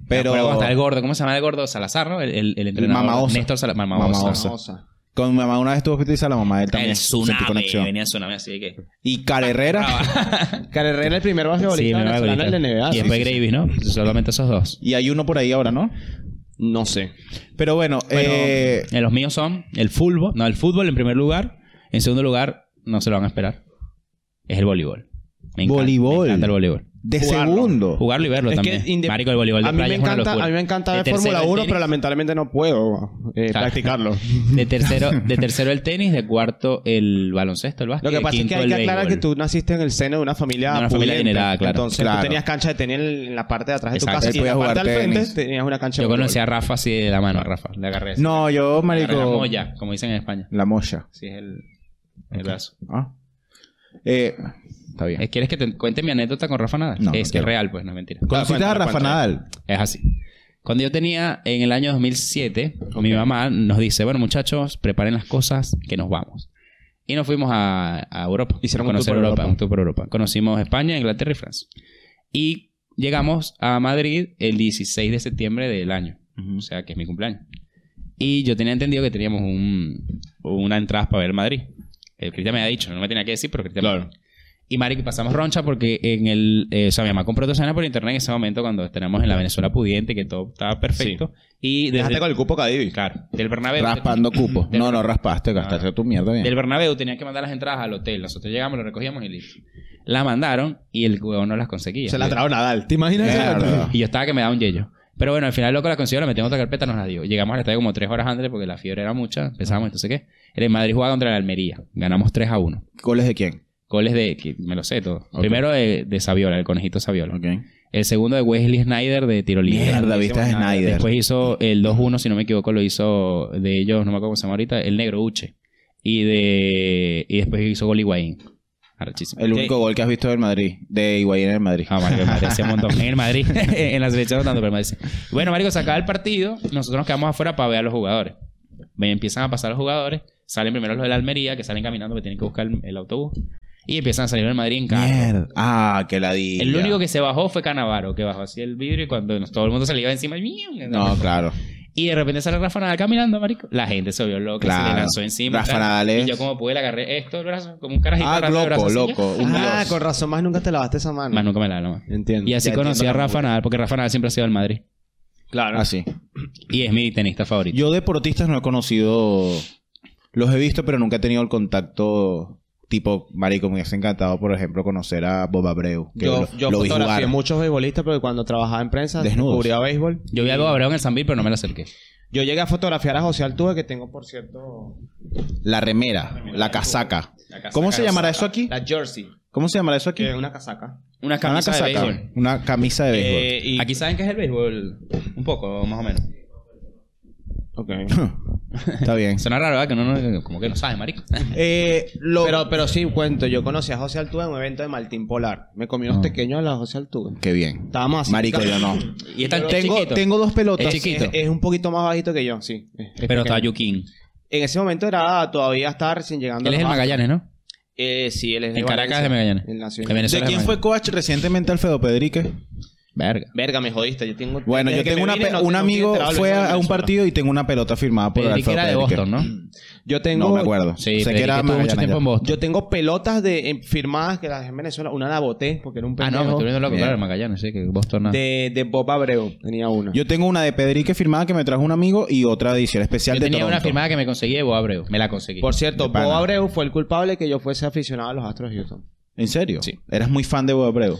Speaker 4: Pero
Speaker 6: Pero está el gordo, ¿cómo se llama el gordo? Salazar, ¿no? El, el, el entrenador.
Speaker 4: Mamaosa.
Speaker 6: Néstor Salazar. Mamaosa.
Speaker 4: Mamaosa. con mi mamá una vez estuvo hospitalizada, la mamá de él también.
Speaker 6: El
Speaker 4: sentí
Speaker 6: tsunami.
Speaker 4: conexión.
Speaker 6: Venía el tsunami, así de que.
Speaker 4: Y Car Herrera.
Speaker 5: Carrera, el primer basquetbolista
Speaker 6: no,
Speaker 5: venezolano
Speaker 6: ahorita.
Speaker 5: en la NBA.
Speaker 6: Y
Speaker 5: ¿sí?
Speaker 6: después Gravis, ¿no? Solamente esos dos.
Speaker 4: y hay uno por ahí ahora, ¿no?
Speaker 5: No sé.
Speaker 4: Pero bueno, eh,
Speaker 6: Eh, los míos son el fútbol. No, el fútbol en primer lugar. En segundo lugar, no se lo van a esperar. Es el voleibol. Me encanta,
Speaker 4: Voleibol.
Speaker 6: Me encanta el voleibol.
Speaker 4: de
Speaker 5: jugarlo.
Speaker 4: segundo.
Speaker 6: Jugarlo y verlo
Speaker 5: Es
Speaker 6: también.
Speaker 5: inde-
Speaker 6: Marico, el voleibol de
Speaker 5: a mí,
Speaker 6: playa
Speaker 5: me
Speaker 6: es una
Speaker 5: encanta,
Speaker 6: locura.
Speaker 5: a mí me encanta
Speaker 6: De
Speaker 5: ver
Speaker 6: tercero
Speaker 5: Fórmula
Speaker 6: el
Speaker 5: 1,
Speaker 6: tenis.
Speaker 5: pero lamentablemente no puedo eh, practicarlo.
Speaker 6: De tercero, de tercero el tenis, de cuarto el baloncesto, el básquet.
Speaker 5: Lo que
Speaker 6: de
Speaker 5: pasa es que
Speaker 6: quinto
Speaker 5: hay
Speaker 6: el
Speaker 5: que aclarar
Speaker 6: béisbol.
Speaker 5: que tú naciste en el seno de una familia
Speaker 6: De una familia
Speaker 5: pudiente.
Speaker 6: adinerada, claro.
Speaker 5: Entonces tú
Speaker 4: Claro.
Speaker 5: tenías cancha de tenis en la parte de atrás de tu
Speaker 6: Exacto.
Speaker 5: casa
Speaker 4: Ahí
Speaker 5: y en la
Speaker 4: podías
Speaker 5: parte
Speaker 4: jugar
Speaker 5: al frente
Speaker 4: tenis.
Speaker 5: tenías una cancha de
Speaker 6: Yo
Speaker 5: voleibol.
Speaker 6: conocí a Rafa así de la mano, a Rafa. Le agarré así.
Speaker 4: No, yo,
Speaker 6: Le agarré la
Speaker 4: marico.
Speaker 6: molla, como dicen en España.
Speaker 4: La molla.
Speaker 6: Sí, es el, el brazo.
Speaker 4: Ah. Eh, está bien.
Speaker 6: Eh, ¿Quieres que te cuente mi anécdota con Rafa Nadal?
Speaker 4: No, no
Speaker 6: es,
Speaker 4: quiero.
Speaker 6: es real, pues, no es mentira.
Speaker 4: Conociste a Rafa Nadal.
Speaker 6: Es así. Cuando yo tenía en el año 2007, mi mamá nos dice, bueno muchachos, preparen las cosas que nos vamos. Y nos fuimos a, a Europa.
Speaker 5: Hicieron
Speaker 6: a
Speaker 5: un
Speaker 6: conocer
Speaker 5: tour por
Speaker 6: Europa,
Speaker 5: Europa.
Speaker 6: un tour por Europa. Conocimos España, Inglaterra y Francia. Y llegamos a Madrid el 16 de septiembre del año. O sea, que es mi cumpleaños. Y yo tenía entendido que teníamos un, una entrada para ver Madrid. El Cristian me había dicho, no me tenía que decir, pero Cristian me y marico, pasamos roncha porque en el... eh, o sea, mi mamá compró tosana por internet en ese momento cuando tenemos en la Venezuela pudiente que todo estaba perfecto. Y desde,
Speaker 5: Dejaste con el cupo Cadivi.
Speaker 6: claro, del Bernabéu...
Speaker 4: Raspando cupo.
Speaker 6: Del-
Speaker 4: No, no raspaste, gastaste tu mierda bien.
Speaker 6: Del Bernabéu tenían que mandar las entradas al hotel. Nosotros llegamos, lo recogíamos y listo. La mandaron y el huevón no las conseguía.
Speaker 5: Se la trajo Nadal. ¿Te imaginas? que se la trajo?
Speaker 4: Mierda.
Speaker 6: Y yo estaba que me daba un yello. Pero bueno, al final loco la consiguió, la metimos en otra carpeta, nos la dio. Llegamos al estadio como tres horas antes porque la fiebre era mucha. Empezamos, entonces qué. El Madrid jugaba contra la Almería. Ganamos 3 a 1.
Speaker 4: ¿Goles de quién?
Speaker 6: Goles de... que Me lo sé todo.
Speaker 4: Ok.
Speaker 6: Primero de, de Saviola, el conejito Saviola.
Speaker 4: Ok.
Speaker 6: El segundo de Wesley Snyder de tiro libre.
Speaker 4: Mierda, viste a Snyder.
Speaker 6: Después hizo el 2-1, si no me equivoco, lo hizo de ellos, no me acuerdo cómo se llama ahorita, el negro Uche. y de y después hizo gol Higuaín. Arrechísimo.
Speaker 4: El único gol que has visto del Madrid, de Higuaín en el Madrid.
Speaker 6: Ah, marico, el Madrid hacía un montón. En el Madrid, en la selección no tanto, pero el Madrid sí. Bueno, marico, se acaba el partido. Nosotros nos quedamos afuera para ver a los jugadores. Ven, empiezan a pasar los jugadores. Salen primero los de la Almería, que salen caminando, que tienen que buscar el, el autobús. Y empiezan a salir del Madrid en carro.
Speaker 4: Mierda. Ah, que la di.
Speaker 6: El único que se bajó fue Canavaro, que bajó así el vidrio y cuando nos- todo el mundo se le iba encima... ¡miau!
Speaker 4: No, claro.
Speaker 6: Y de repente sale Rafa Nadal caminando, marico. La gente se vio loca, se
Speaker 4: Claro.
Speaker 6: le lanzó encima.
Speaker 4: Rafa
Speaker 6: tal.
Speaker 4: Nadal es-
Speaker 6: Y yo como pude le agarré esto, el brazo, como un carajito.
Speaker 4: Ah,
Speaker 6: agarrando el brazo
Speaker 4: loco,
Speaker 6: así,
Speaker 4: loco. Un
Speaker 5: Ah,
Speaker 4: dios.
Speaker 5: con razón, más nunca te lavaste esa
Speaker 6: ya.
Speaker 5: mano.
Speaker 6: Más nunca me la nomás.
Speaker 5: Entiendo.
Speaker 6: Y así
Speaker 5: Ya
Speaker 6: conocí a
Speaker 5: entiendo la
Speaker 6: Rafa Nadal, porque Rafa Nadal siempre ha sido del Madrid.
Speaker 5: Claro.
Speaker 4: Así.
Speaker 6: Y es mi tenista favorito.
Speaker 4: Yo deportistas no he conocido. Los he visto, pero nunca he tenido el contacto tipo marico. Me hubiese encantado, por ejemplo, conocer a Bob Abreu. que
Speaker 5: Yo,
Speaker 4: lo-
Speaker 5: yo
Speaker 4: lo vi
Speaker 5: fotografié
Speaker 4: jugar.
Speaker 5: muchos beisbolistas, pero cuando trabajaba en prensa,
Speaker 4: Desnudos.
Speaker 5: cubría béisbol.
Speaker 6: Yo vi algo Abreu en el San Bill, pero no me lo acerqué.
Speaker 5: Yo llegué a fotografiar a José Altuve, que tengo, por cierto,
Speaker 4: La remera, la casaca. ¿Cómo se llamará eso aquí?
Speaker 5: la jersey,
Speaker 4: ¿Cómo se llamará eso aquí?
Speaker 5: que es una casaca.
Speaker 6: Eh, Una
Speaker 4: Ah, Una
Speaker 6: camisa de
Speaker 4: casaca.
Speaker 6: béisbol.
Speaker 4: una camisa de béisbol.
Speaker 6: Eh, y- Aquí saben qué es el béisbol. Un poco, más o menos.
Speaker 4: Está bien.
Speaker 6: Suena raro, ¿verdad? Que no, no- como que no sabes, marico.
Speaker 4: Eh, lo-
Speaker 5: Pero, pero sí, cuento, yo conocí a José Altuve en un evento de Maltín Polar. Me comí unos pequeños a la José Altuve.
Speaker 4: Qué bien.
Speaker 5: Estábamos así.
Speaker 4: Ah. Marico, yo no.
Speaker 6: Y está el
Speaker 4: Tengo,
Speaker 6: chiquito.
Speaker 4: tengo dos pelotas.
Speaker 6: Es chiquito.
Speaker 5: Es, es un poquito más bajito que yo, sí. Es- es
Speaker 6: pero está
Speaker 5: pequeño.
Speaker 6: Yukin.
Speaker 5: En ese momento era todavía estaba recién llegando.
Speaker 6: Él
Speaker 5: a
Speaker 6: es el
Speaker 5: los-
Speaker 6: Magallanes, ¿no?
Speaker 5: Eh, sí, él es
Speaker 6: En Caracas
Speaker 5: Valencia,
Speaker 6: es de Magallanes.
Speaker 5: En la ciudad.
Speaker 6: De
Speaker 4: ¿De
Speaker 6: Venezuela.
Speaker 4: quién
Speaker 6: es
Speaker 4: fue
Speaker 6: Magallanes.
Speaker 4: coach recientemente Alfredo Pedrique?
Speaker 6: Verga.
Speaker 5: Verga, me jodiste. Yo tengo.
Speaker 4: Bueno, yo
Speaker 5: desde que
Speaker 4: tengo una
Speaker 5: me vine,
Speaker 4: pe-
Speaker 5: no-
Speaker 4: un
Speaker 5: no estoy
Speaker 4: amigo
Speaker 5: enterado de
Speaker 4: fue
Speaker 5: lo que
Speaker 4: a,
Speaker 5: es
Speaker 4: un
Speaker 5: Venezuela.
Speaker 4: partido y tengo una pelota firmada por
Speaker 6: Pedrique
Speaker 4: Alfredo
Speaker 6: era de
Speaker 4: Pedrique.
Speaker 6: Boston, ¿no?
Speaker 5: Yo tengo.
Speaker 4: No me acuerdo.
Speaker 6: Sí,
Speaker 4: sé que
Speaker 6: Pedrique
Speaker 4: era
Speaker 6: estuvo mucho
Speaker 4: Magallanes
Speaker 6: tiempo
Speaker 4: ya.
Speaker 6: en Boston.
Speaker 5: Yo tengo pelotas de eh, firmadas que las dejé en Venezuela. Una la boté porque era un
Speaker 6: Ah,
Speaker 5: pendejo.
Speaker 6: no, me estoy viendo loco.
Speaker 4: Bien.
Speaker 6: Claro, Magallanes, sí, que Boston nada.
Speaker 5: de, de Bob Abreu. Tenía una.
Speaker 4: Yo tengo una de Pedrique firmada que me trajo un amigo y otra edición
Speaker 6: Yo
Speaker 4: especial de
Speaker 6: tenía
Speaker 4: Toronto.
Speaker 6: una firmada que me conseguí de Bob Abreu. Me la conseguí.
Speaker 5: Por cierto,
Speaker 4: de pana.
Speaker 5: Bob Abreu fue el culpable que yo fuese aficionado a los Astros de Houston.
Speaker 4: ¿En serio? Sí. Eras muy fan de Bob Abreu.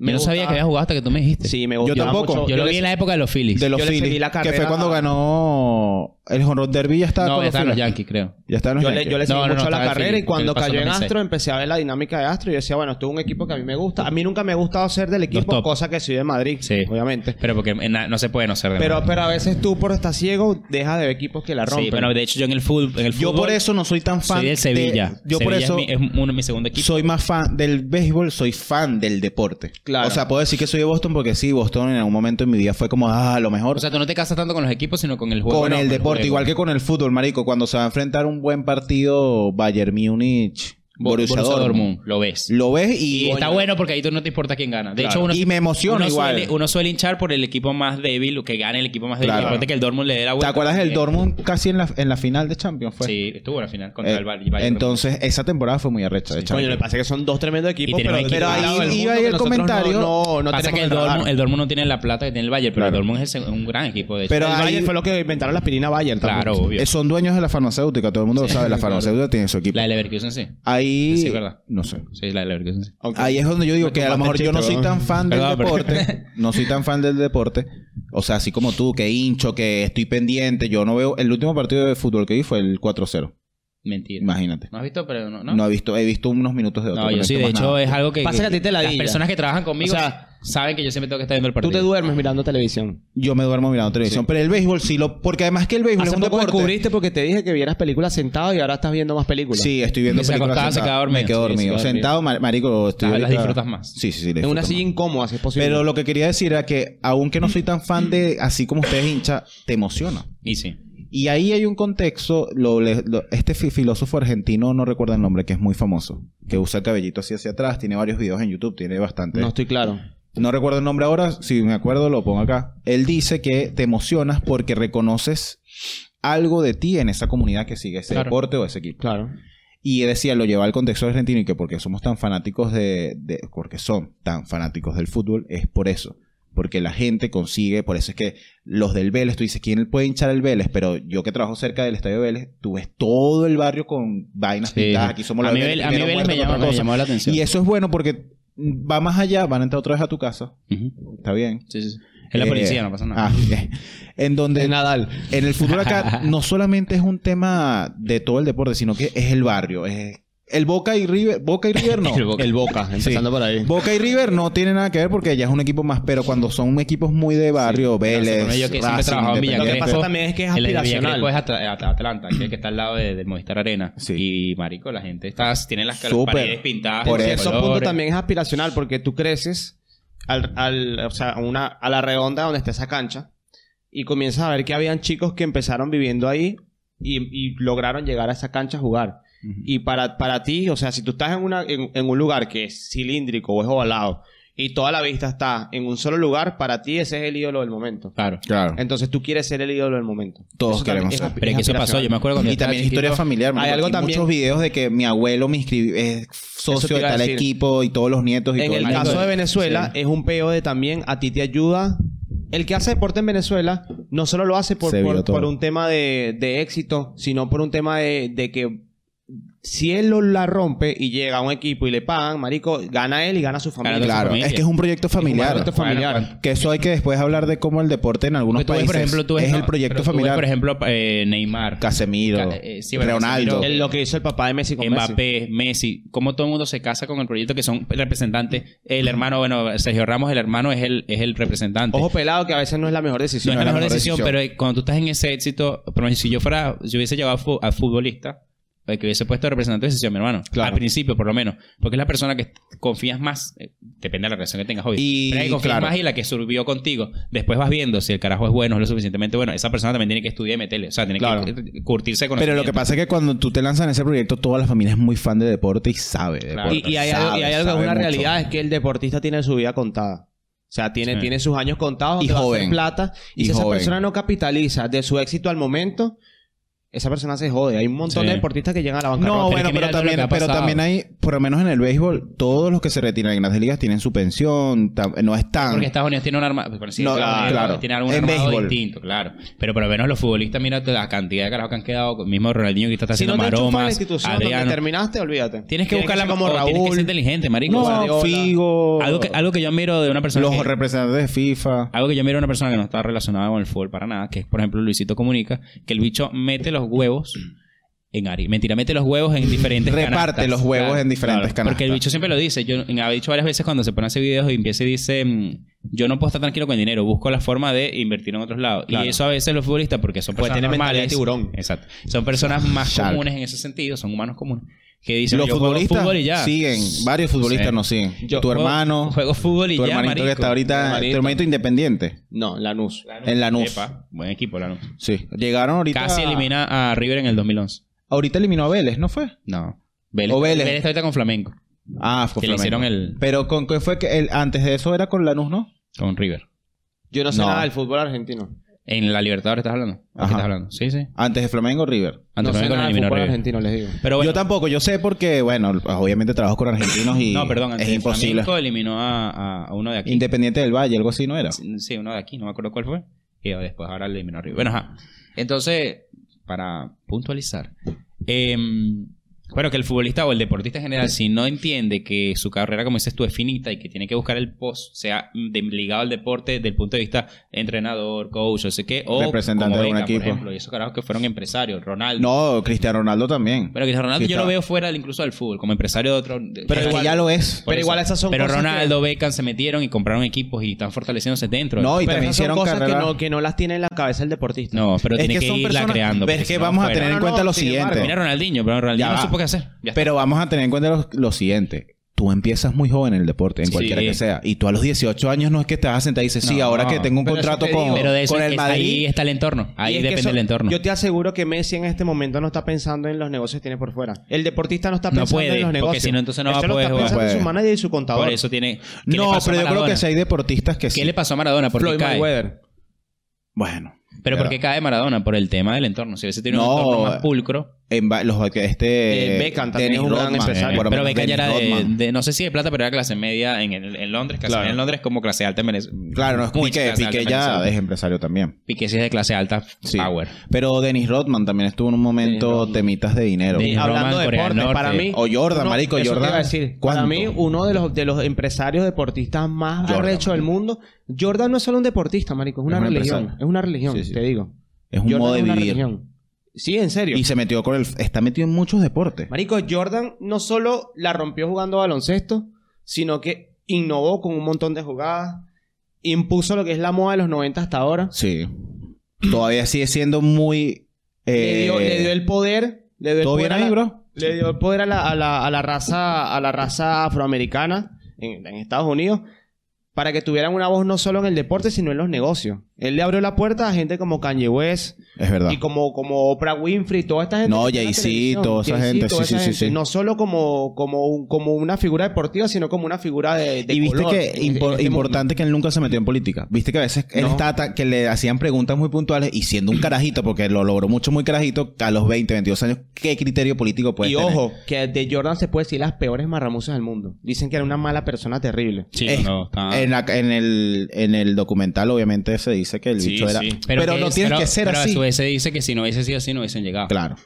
Speaker 6: yo no sabía que había jugado hasta que tú me dijiste.
Speaker 5: Sí, me
Speaker 4: Yo
Speaker 5: gustaba
Speaker 4: tampoco.
Speaker 5: mucho.
Speaker 6: Yo lo
Speaker 5: le-
Speaker 6: vi en la época de los Phillies.
Speaker 4: De los
Speaker 5: yo le seguí
Speaker 4: Phillies.
Speaker 5: la
Speaker 4: Que
Speaker 5: carrera
Speaker 4: fue cuando
Speaker 5: a-
Speaker 4: ganó el Honor Derby. Ya estaba
Speaker 6: No,
Speaker 4: con
Speaker 6: ya
Speaker 4: los
Speaker 6: estaban los
Speaker 4: Phillies.
Speaker 6: Yankees, creo.
Speaker 4: Ya estaban los
Speaker 5: Yo le,
Speaker 4: Yankees.
Speaker 5: yo le seguí
Speaker 6: No, no,
Speaker 5: mucho
Speaker 6: no,
Speaker 5: la
Speaker 6: estaba
Speaker 5: carrera
Speaker 6: Philly,
Speaker 5: y cuando
Speaker 6: porque él pasó
Speaker 5: cayó en
Speaker 6: en 96.
Speaker 5: Astro empecé a ver la dinámica de Astro y yo decía, bueno, esto es un equipo que a mí me gusta. A mí nunca me ha gustado ser del equipo,
Speaker 6: top.
Speaker 5: cosa que soy de Madrid,
Speaker 6: Sí.
Speaker 5: obviamente.
Speaker 6: Pero porque en la- no se puede no ser de
Speaker 5: Pero,
Speaker 6: Madrid.
Speaker 5: pero a veces tú por estar ciego dejas de ver equipos que la rompen.
Speaker 6: Sí, bueno, de hecho yo en el fútbol... En el
Speaker 4: Yo
Speaker 6: fútbol
Speaker 4: por eso no soy tan fan
Speaker 6: Soy del Sevilla.
Speaker 4: de- yo por
Speaker 6: Sevilla
Speaker 4: eso
Speaker 6: Es, mi, es uno de mis segundos equipos.
Speaker 4: soy más fan del béisbol, soy fan del deporte.
Speaker 5: Claro.
Speaker 4: O sea, puedo decir que soy de Boston porque sí, Boston en algún momento en mi vida fue como, ah, lo mejor.
Speaker 6: O sea, tú no te casas tanto con los equipos, sino con el juego.
Speaker 4: con
Speaker 6: No,
Speaker 4: el deporte,
Speaker 6: juego.
Speaker 4: igual que con el fútbol, marico. Cuando se va a enfrentar un buen partido, Bayern Múnich,
Speaker 6: Bo-
Speaker 4: Borussia, Dortmund,
Speaker 6: Lo ves.
Speaker 4: Lo ves y,
Speaker 6: Y está bueno porque ahí tú no te importa quién gana. De hecho, uno,
Speaker 4: y me emociona
Speaker 6: uno
Speaker 4: igual.
Speaker 6: Suele, uno suele hinchar por el equipo más débil, o que gane el equipo más débil.
Speaker 4: Claro.
Speaker 6: Aparte que el Dortmund le dé la
Speaker 4: ¿Te
Speaker 6: vuelta.
Speaker 4: acuerdas del
Speaker 6: Eh,
Speaker 4: Dortmund casi en la, en la final de Champions? Fue?
Speaker 6: Sí, estuvo en la final contra
Speaker 4: Eh,
Speaker 6: el Bayern. Bayern.
Speaker 4: entonces, esa temporada fue muy arrecha de
Speaker 5: Coño,
Speaker 4: Champions.
Speaker 5: lo que pasa es que son dos tremendos
Speaker 6: Y
Speaker 5: equipos,
Speaker 6: tenemos
Speaker 5: pero,
Speaker 6: equipos
Speaker 5: pero
Speaker 6: al
Speaker 5: ahí
Speaker 6: lado del
Speaker 5: iba
Speaker 4: mundo
Speaker 5: ahí
Speaker 4: que
Speaker 5: el
Speaker 4: nosotros
Speaker 5: comentario.
Speaker 4: no-
Speaker 5: No, no
Speaker 6: Pasa que el Dortmund, el Dortmund no tiene la plata que tiene el Bayern, pero el Dortmund es el- un gran equipo. De hecho.
Speaker 4: Pero
Speaker 5: el
Speaker 4: ahí-
Speaker 5: Bayern fue lo que inventaron la aspirina Bayern. también.
Speaker 6: claro, obvio.
Speaker 4: Eh, Son dueños de la farmacéutica, todo el mundo lo sabe. La
Speaker 6: claro.
Speaker 4: farmacéutica tiene su equipo.
Speaker 6: La de Leverkusen, sí.
Speaker 4: Ahí.
Speaker 6: Sí, ¿verdad?
Speaker 4: No sé.
Speaker 6: Sí, la de Leverkusen, sí.
Speaker 5: Ok.
Speaker 4: Ahí es donde yo digo que a lo mejor yo no soy tan fan del
Speaker 6: Perdón, pero-
Speaker 4: deporte. No soy tan fan del deporte. O sea, así como tú, que hincho, que estoy pendiente. Yo no veo. El último partido de fútbol que vi fue el 4-0.
Speaker 6: Mentira.
Speaker 4: Imagínate.
Speaker 6: ¿No has visto? Pero no.
Speaker 4: No,
Speaker 6: No,
Speaker 4: he visto, he visto unos minutos de otro.
Speaker 6: No,
Speaker 4: pero
Speaker 6: yo sí.
Speaker 4: he
Speaker 6: De
Speaker 4: visto
Speaker 6: hecho,
Speaker 4: más
Speaker 6: es algo que.
Speaker 5: Pasa que a ti te la
Speaker 6: Las
Speaker 5: dilla.
Speaker 6: personas que trabajan conmigo
Speaker 5: O sea,
Speaker 6: saben que yo siempre tengo que estar viendo el
Speaker 5: Tú
Speaker 6: partido.
Speaker 5: te duermes mirando televisión.
Speaker 4: nada. Yo me duermo mirando televisión. Pero el béisbol sí lo. Porque además que el béisbol
Speaker 5: Hace
Speaker 4: es un
Speaker 5: poco
Speaker 4: deporte.
Speaker 5: descubriste porque te dije que vieras películas sentado y ahora estás viendo más películas.
Speaker 4: Sí, estoy viendo
Speaker 6: Y se
Speaker 4: películas
Speaker 6: acostaba, se
Speaker 4: sentado.
Speaker 6: quedaba dormido.
Speaker 4: Me quedo
Speaker 6: Sí, se
Speaker 4: dormido.
Speaker 6: quedaba dormido.
Speaker 4: Sentado, ma- marico, estoy.
Speaker 6: Ah, las
Speaker 4: ahorita-
Speaker 6: disfrutas más.
Speaker 4: Sí, sí, sí. las
Speaker 5: En una
Speaker 4: disfruto
Speaker 5: silla
Speaker 4: más.
Speaker 5: incómoda, si es posible.
Speaker 4: Pero lo que quería decir era que, aunque no soy tan fan de así como ustedes hincha, te emociona.
Speaker 6: Y sí.
Speaker 4: Y ahí hay un contexto, lo- le- lo- este fi- filósofo argentino, no recuerdo el nombre, que es muy famoso, que usa el cabellito así hacia atrás, tiene varios videos en YouTube, tiene bastante.
Speaker 5: No
Speaker 4: No,
Speaker 5: estoy claro.
Speaker 4: recuerdo el nombre ahora, si me acuerdo lo pongo acá. Él dice que te emocionas porque reconoces algo de ti en esa comunidad que sigue ese
Speaker 6: Claro.
Speaker 4: deporte o ese equipo.
Speaker 5: Claro.
Speaker 4: Y decía, lo lleva al contexto argentino y que porque somos tan fanáticos de, de- porque son tan fanáticos del fútbol, es por eso. Porque la gente consigue, por eso es que los del Vélez, tú dices, ¿quién puede hinchar el Vélez? Pero yo que trabajo cerca del Estadio Vélez, tú ves todo el barrio con vainas
Speaker 6: Sí.
Speaker 4: pintadas, aquí somos
Speaker 6: a
Speaker 4: los
Speaker 6: mí,
Speaker 4: del
Speaker 6: Bel- a mí
Speaker 4: primero
Speaker 6: Vélez me,
Speaker 4: muerto,
Speaker 6: llamó,
Speaker 4: otra
Speaker 6: me
Speaker 4: cosa.
Speaker 6: llamó la atención.
Speaker 4: Y eso es bueno porque va más allá, van a entrar otra vez a tu casa,
Speaker 6: Ujú.
Speaker 4: está bien.
Speaker 6: Sí, sí, sí. Es la
Speaker 4: Eh,
Speaker 6: policía, no pasa nada.
Speaker 4: Ah, bien. En donde
Speaker 5: De Nadal.
Speaker 4: en el fútbol acá no solamente es un tema de todo el deporte, sino que es el barrio, es El Boca y River, Boca y River no.
Speaker 5: El Boca. El Boca, empezando por ahí.
Speaker 4: Boca y River no tiene nada que ver porque ya es un equipo más, pero cuando son equipos muy de barrio, Vélez,
Speaker 6: Bueno, yo que siempre he
Speaker 4: Racing,
Speaker 6: trabajado en
Speaker 4: Independiente.
Speaker 5: Lo que
Speaker 6: Villacrespo.
Speaker 5: pasa también es que es
Speaker 6: El de
Speaker 5: aspiracional.
Speaker 6: Villacrespo es Atra- At- Atlanta, que es el que está al lado de- del Movistar Arena.
Speaker 4: Sí.
Speaker 6: Y, marico, la gente está, tiene las cal-
Speaker 4: Súper.
Speaker 6: paredes pintadas.
Speaker 4: Por
Speaker 6: de
Speaker 4: eso.
Speaker 5: Eso punto
Speaker 6: colores.
Speaker 5: también es aspiracional porque tú creces al, al- o sea, a una, a la redonda donde está esa cancha y comienzas a ver que habían chicos que empezaron viviendo ahí y, y lograron llegar a esa cancha a jugar. Y para, para ti, o sea, si tú estás en, una, en, en un lugar que es cilíndrico o es ovalado y toda la vista está en un solo lugar, para ti ese es el ídolo del momento.
Speaker 6: Claro.
Speaker 4: Claro.
Speaker 5: Entonces tú quieres ser el ídolo del momento.
Speaker 4: Todos
Speaker 5: Eso también
Speaker 4: queremos ser.
Speaker 5: aspi-
Speaker 6: Pero es que eso pasó. Yo me acuerdo
Speaker 4: Y
Speaker 6: cuando yo estaba
Speaker 4: también es historia
Speaker 6: chiquito,
Speaker 4: familiar.
Speaker 5: Hay
Speaker 4: Hay
Speaker 5: algo también-
Speaker 4: muchos videos de que mi abuelo me inscribió, es
Speaker 5: Eso te
Speaker 4: socio de
Speaker 5: iba a
Speaker 4: tal
Speaker 5: decir.
Speaker 4: equipo y todos los nietos y
Speaker 5: En
Speaker 4: todo
Speaker 5: el
Speaker 4: mundo.
Speaker 5: caso de Venezuela, es un peo de también a ti te ayuda. El que hace deporte en Venezuela no solo lo hace por,
Speaker 4: Se vio
Speaker 5: por,
Speaker 4: todo.
Speaker 5: por un tema de, de éxito, sino por un tema de, de que si él lo, la rompe y llega a un equipo y le pagan, marico, gana él y gana su familia.
Speaker 6: de su
Speaker 4: Claro,
Speaker 6: familia.
Speaker 4: es que es un proyecto familiar.
Speaker 5: proyecto familiar.
Speaker 4: Que eso hay que después hablar de cómo el deporte en algunos
Speaker 6: Porque tú ves,
Speaker 4: países
Speaker 6: por ejemplo, tú ves,
Speaker 4: es
Speaker 6: no,
Speaker 4: el proyecto
Speaker 6: pero tú ves,
Speaker 4: familiar.
Speaker 6: por ejemplo, eh, Neymar,
Speaker 4: Casemiro,
Speaker 6: Ca- eh, sí, bueno,
Speaker 4: Ronaldo.
Speaker 6: Casemiro.
Speaker 5: Es lo que hizo el papá de Messi con Messi.
Speaker 6: Mbappé, Messi, como todo el mundo se casa con el proyecto que son representantes. El hermano, bueno, Sergio Ramos, el hermano es el, es el representante.
Speaker 5: Ojo pelado que a veces no es la mejor
Speaker 6: no
Speaker 5: decisión.
Speaker 6: es la mejor,
Speaker 4: mejor
Speaker 6: decisión,
Speaker 4: decisión.
Speaker 6: pero eh, cuando tú estás en ese éxito, por ejemplo, si yo fuera, si hubiese llevado a, fu- a futbolista, eh, que hubiese puesto representante de decisión, mi hermano,
Speaker 5: Claro.
Speaker 6: al principio por lo menos, porque es la persona que confías más, eh, depende de la relación que tengas hoy,
Speaker 4: Y,
Speaker 6: pero es la que confías
Speaker 4: claro.
Speaker 6: más y la que surgió contigo. Después vas viendo si el carajo es bueno, es lo suficientemente bueno. Esa persona también tiene que estudiar y meterle, o sea, tiene
Speaker 5: Claro.
Speaker 6: que eh, curtirse con
Speaker 4: Pero lo que pasa es que cuando tú te lanzas en ese proyecto, toda la familia es muy fan de deporte y sabe. de
Speaker 6: Claro.
Speaker 4: deporte,
Speaker 5: Y, y hay algo, y hay
Speaker 4: sabe,
Speaker 5: algo
Speaker 4: sabe
Speaker 5: una
Speaker 4: mucho.
Speaker 5: realidad, es que el deportista tiene su vida contada. O sea, tiene,
Speaker 6: Sí.
Speaker 5: tiene sus años contados
Speaker 4: Y
Speaker 5: donde va a hacer
Speaker 4: joven.
Speaker 5: plata. Y,
Speaker 4: Y
Speaker 5: si esa
Speaker 4: joven.
Speaker 5: persona no capitaliza de su éxito al momento, esa persona se jode. Hay un montón
Speaker 6: Sí.
Speaker 5: de deportistas que llegan a la bancarrota.
Speaker 4: No,
Speaker 6: Pero es
Speaker 4: bueno,
Speaker 6: que mira
Speaker 4: pero
Speaker 6: todo lo
Speaker 4: también,
Speaker 6: que ha
Speaker 4: pero
Speaker 6: pasado.
Speaker 4: también hay, por lo menos en el béisbol, todos los que se retiran en grandes ligas tienen su pensión, tam- no están.
Speaker 6: Porque Estados Unidos tiene un arma. bueno, sí,
Speaker 4: No,
Speaker 6: Estados
Speaker 4: ah,
Speaker 6: Unidos
Speaker 4: claro.
Speaker 6: Tiene algún
Speaker 4: En
Speaker 6: armado
Speaker 4: béisbol.
Speaker 6: distinto, claro. Pero por lo menos los futbolistas, mira la cantidad de carajos que han quedado. Mismo Ronaldinho que está
Speaker 5: si
Speaker 6: haciendo
Speaker 5: no te enchufas en la
Speaker 6: maromas.
Speaker 5: institución donde
Speaker 6: Adriano.
Speaker 5: terminaste, olvídate.
Speaker 6: Tienes que
Speaker 5: Tiene
Speaker 6: buscar la
Speaker 5: ser como
Speaker 6: o Tienes que ser
Speaker 5: Raúl.
Speaker 6: inteligente, marico.
Speaker 4: no,
Speaker 6: O sea,
Speaker 5: Guardiola.
Speaker 4: Figo,
Speaker 6: algo, que, algo que yo admiro de una persona.
Speaker 4: los
Speaker 6: que-
Speaker 4: representantes de FIFA.
Speaker 6: algo que yo miro de una persona que no está relacionada con el fútbol para nada, que es, por ejemplo, Luisito Comunica, que el bicho mete los huevos en Ari. Mentira, mete los huevos en diferentes
Speaker 4: Reparte
Speaker 6: canastas.
Speaker 4: los huevos en diferentes canastas.
Speaker 6: Porque el bicho siempre lo dice. Yo en- ha dicho varias veces cuando se pone a hacer videos y empieza y dice: mm, Yo no puedo estar tranquilo con el dinero, busco la forma de invertir en otros lados.
Speaker 5: Claro.
Speaker 6: Y eso a veces los futbolistas, porque son
Speaker 5: Pues
Speaker 6: personas
Speaker 5: tiene mentalidad
Speaker 6: normales,
Speaker 5: de tiburón.
Speaker 6: Exacto. Son personas más
Speaker 4: Shark.
Speaker 6: comunes en ese sentido, son humanos comunes. Que dicen:
Speaker 4: los
Speaker 6: "Yo juego
Speaker 4: futbolistas
Speaker 6: fútbol y ya.
Speaker 4: siguen, varios futbolistas
Speaker 6: Sí.
Speaker 4: nos siguen.
Speaker 6: Yo
Speaker 4: tu
Speaker 6: juego-
Speaker 4: hermano,
Speaker 6: Juego fútbol y
Speaker 4: tu
Speaker 6: ya,
Speaker 4: hermanito que
Speaker 6: marico.
Speaker 4: está ahorita,
Speaker 5: Hermanito.
Speaker 4: tu hermanito independiente
Speaker 5: No, Lanús.
Speaker 4: en Lanús.
Speaker 6: Epa, buen equipo, Lanús.
Speaker 4: Sí, llegaron ahorita.
Speaker 6: Casi elimina a River en el 2011.
Speaker 4: Ahorita eliminó a Vélez, ¿no fue?
Speaker 6: No. Vélez,
Speaker 4: O Vélez.
Speaker 6: está ahorita con Flamengo.
Speaker 4: Ah, fue
Speaker 6: Que le
Speaker 4: Flamengo.
Speaker 6: hicieron el...
Speaker 4: Pero con qué fue que el- antes de eso era con Lanús, ¿no?
Speaker 6: Con River.
Speaker 5: Yo no sé
Speaker 4: No.
Speaker 5: nada del fútbol argentino.
Speaker 6: En la Libertadores estás hablando. ¿O qué
Speaker 4: Ajá.
Speaker 6: estás hablando? Sí, sí.
Speaker 4: Antes de Flamengo River.
Speaker 6: Antes
Speaker 5: no sé
Speaker 6: Flamengo le
Speaker 5: nada del
Speaker 6: eliminó a
Speaker 5: fútbol
Speaker 6: River.
Speaker 5: argentino, les digo.
Speaker 6: Pero bueno.
Speaker 4: Yo tampoco, yo sé porque, bueno, obviamente trabajo con argentinos y
Speaker 6: no, perdón. antes
Speaker 4: es
Speaker 6: de
Speaker 4: imposible.
Speaker 6: Flamengo eliminó a, a- a uno de aquí.
Speaker 4: Independiente del Valle, algo así no era.
Speaker 6: Sí, uno de aquí. No me acuerdo cuál fue. Y después ahora le eliminó a River. Bueno, ajá. Entonces, para puntualizar. em, bueno, que el futbolista o el deportista en general, si no entiende que su carrera, como dices tú, es finita y que tiene que buscar el post, sea de- ligado al deporte del punto de vista entrenador, coach, no sé qué, o
Speaker 4: Representante
Speaker 6: como
Speaker 4: de un
Speaker 6: Beckham, por
Speaker 4: equipo.
Speaker 6: ejemplo, y esos carajos que fueron empresarios, Ronaldo.
Speaker 4: No, Cristiano Ronaldo también.
Speaker 6: Pero Cristiano Ronaldo
Speaker 4: Sí,
Speaker 6: yo lo
Speaker 4: está.
Speaker 6: veo fuera del- incluso del fútbol, como empresario de otro. de-
Speaker 4: Pero es que ya lo es.
Speaker 6: por
Speaker 5: pero igual esas son
Speaker 6: Pero
Speaker 5: cosas
Speaker 6: Ronaldo, Beckham se metieron y compraron equipos y están fortaleciéndose dentro.
Speaker 4: No, y
Speaker 5: Pero
Speaker 4: también
Speaker 5: esas son
Speaker 4: hicieron
Speaker 5: cosas
Speaker 4: carrera.
Speaker 5: Que, no, que no las tiene en la cabeza el deportista.
Speaker 6: No, pero
Speaker 4: es
Speaker 6: tiene que,
Speaker 4: que son
Speaker 6: irla
Speaker 4: personas.
Speaker 6: creando.
Speaker 4: Ves
Speaker 6: porque
Speaker 4: que
Speaker 6: si no,
Speaker 4: vamos a
Speaker 6: fuera.
Speaker 4: tener en
Speaker 5: No, no,
Speaker 4: cuenta
Speaker 5: no,
Speaker 4: lo
Speaker 5: sin embargo.
Speaker 6: Mira
Speaker 4: siguiente.
Speaker 6: a Ronaldinho, pero Ronaldinho
Speaker 4: Ya
Speaker 6: no
Speaker 4: va.
Speaker 6: supo qué hacer. Ya está.
Speaker 4: Pero vamos a tener en cuenta lo, lo siguiente. Tú empiezas muy joven en el deporte, en
Speaker 6: Sí.
Speaker 4: cualquiera que sea. Y tú a los 18 años no es que te vas a sentar y dices, sí,
Speaker 6: No.
Speaker 4: ahora que tengo un
Speaker 5: Pero eso
Speaker 4: contrato
Speaker 5: te
Speaker 4: con,
Speaker 5: digo.
Speaker 6: Pero de eso
Speaker 4: con
Speaker 6: es-
Speaker 4: el
Speaker 6: ahí
Speaker 4: Madrid.
Speaker 6: está el entorno. Ahí
Speaker 5: Y es que
Speaker 6: depende
Speaker 5: eso-
Speaker 6: del entorno.
Speaker 5: Yo te aseguro que Messi en este momento no está pensando en los negocios que tiene por fuera. El deportista no está
Speaker 6: No
Speaker 5: pensando
Speaker 6: puede,
Speaker 5: en los
Speaker 6: porque
Speaker 5: negocios.
Speaker 6: si no, entonces no va
Speaker 5: Eso
Speaker 6: a poder
Speaker 5: lo
Speaker 6: jugar.
Speaker 5: está pensando
Speaker 4: Puede.
Speaker 5: su manager y su contador.
Speaker 6: Por eso tiene. ¿Qué le
Speaker 4: No,
Speaker 6: pasó a
Speaker 4: pero yo creo
Speaker 6: Maradona?
Speaker 4: que si hay deportistas que sí.
Speaker 6: ¿Qué le pasó a Maradona? ¿Por qué
Speaker 5: Floyd
Speaker 6: cae?
Speaker 5: Mayweather.
Speaker 4: Bueno.
Speaker 6: Pero
Speaker 4: Ya.
Speaker 6: ¿por qué cae Maradona? Por el tema del entorno. Si hubiese tenido
Speaker 4: No. eh,
Speaker 6: un entorno más pulcro.
Speaker 4: En va- los este
Speaker 5: Eh, Beckham también
Speaker 4: Dennis
Speaker 5: es un gran
Speaker 4: Rodman,
Speaker 5: empresario.
Speaker 4: por lo
Speaker 6: eh, pero
Speaker 4: menos
Speaker 6: Beckham ya era
Speaker 4: Dennis
Speaker 6: de,
Speaker 4: Rodman.
Speaker 6: de- no sé si de plata, pero era clase media en, el- en Londres. Clase
Speaker 5: Claro.
Speaker 6: media en Londres como clase alta en Venezuela.
Speaker 4: Claro, no es Piqué, Piqué ya es empresario también.
Speaker 6: Piqué sí es de clase alta
Speaker 4: Sí.
Speaker 6: power.
Speaker 4: Pero Dennis Rodman también estuvo en un momento temitas de dinero.
Speaker 6: Dennis
Speaker 5: Hablando
Speaker 6: Roman,
Speaker 5: de
Speaker 6: Corea
Speaker 5: deporte,
Speaker 6: del Norte.
Speaker 5: para mí.
Speaker 4: O Jordan,
Speaker 5: uno-
Speaker 4: marico,
Speaker 5: eso te
Speaker 4: Jordan.
Speaker 5: iba a decir.
Speaker 4: ¿Cuánto?
Speaker 5: Para mí, uh, uno de los, de los empresarios deportistas más
Speaker 4: Jordan.
Speaker 5: arrechos del mundo. Jordan no es solo un deportista, marico. Es una
Speaker 4: Es un
Speaker 5: religión.
Speaker 4: empresario.
Speaker 5: Es una religión,
Speaker 4: Sí, sí.
Speaker 5: te digo.
Speaker 4: es un
Speaker 5: Jordan
Speaker 4: modo de
Speaker 5: es una
Speaker 4: vivir.
Speaker 5: religión. Sí, en serio.
Speaker 4: Y se metió con el. Está metido en muchos deportes.
Speaker 5: Marico, Jordan no solo la rompió jugando baloncesto, sino que innovó con un montón de jugadas, impuso lo que es la moda de los 90 hasta ahora.
Speaker 4: Sí. Todavía sigue siendo muy.
Speaker 5: le, dio,
Speaker 4: eh,
Speaker 5: le dio el poder, le dio el
Speaker 4: ¿Todo
Speaker 5: poder
Speaker 4: bien
Speaker 5: a
Speaker 4: ahí,
Speaker 5: la-
Speaker 4: bro?
Speaker 5: le dio el poder a la, a la- a la raza a la raza afroamericana en, en Estados Unidos para que tuvieran una voz no solo en el deporte, sino en los negocios. Él le abrió la puerta a gente como Kanye West,
Speaker 4: Es verdad.
Speaker 5: y como, como Oprah Winfrey, toda esta gente.
Speaker 4: No,
Speaker 5: que está en la
Speaker 4: Jay-Z,
Speaker 5: televisión.
Speaker 4: toda esa
Speaker 5: Jay-Z,
Speaker 4: gente,
Speaker 5: toda
Speaker 4: sí,
Speaker 5: esa
Speaker 4: sí, sí, sí.
Speaker 5: No solo como, como, un- como una figura deportiva, sino como una figura de, de
Speaker 4: y viste
Speaker 5: color
Speaker 4: que
Speaker 5: en- en
Speaker 4: impo-
Speaker 5: este
Speaker 4: importante que él nunca se metió en política. Viste que a veces él
Speaker 5: No.
Speaker 4: está ata- que le hacían preguntas muy puntuales y siendo un carajito, porque lo logró mucho muy carajito, a los 20, 22 años, ¿qué criterio político
Speaker 5: mundo.
Speaker 4: puede
Speaker 5: Y
Speaker 4: pues, tener?
Speaker 5: ojo, que de Jordan se puede decir las peores marramuzas del mundo. Dicen que era una mala persona terrible.
Speaker 6: Sí,
Speaker 4: Eh,
Speaker 6: no, está-
Speaker 4: En, la- en el, en el documental, obviamente, se dice que el
Speaker 6: Sí,
Speaker 4: bicho era.
Speaker 6: sí.
Speaker 4: Pero,
Speaker 6: que-
Speaker 4: no tienes
Speaker 6: pero-
Speaker 4: que ser
Speaker 6: pero
Speaker 4: así.
Speaker 6: a su vez se dice que si no hubiese sido así, no hubiesen llegado.
Speaker 4: Claro.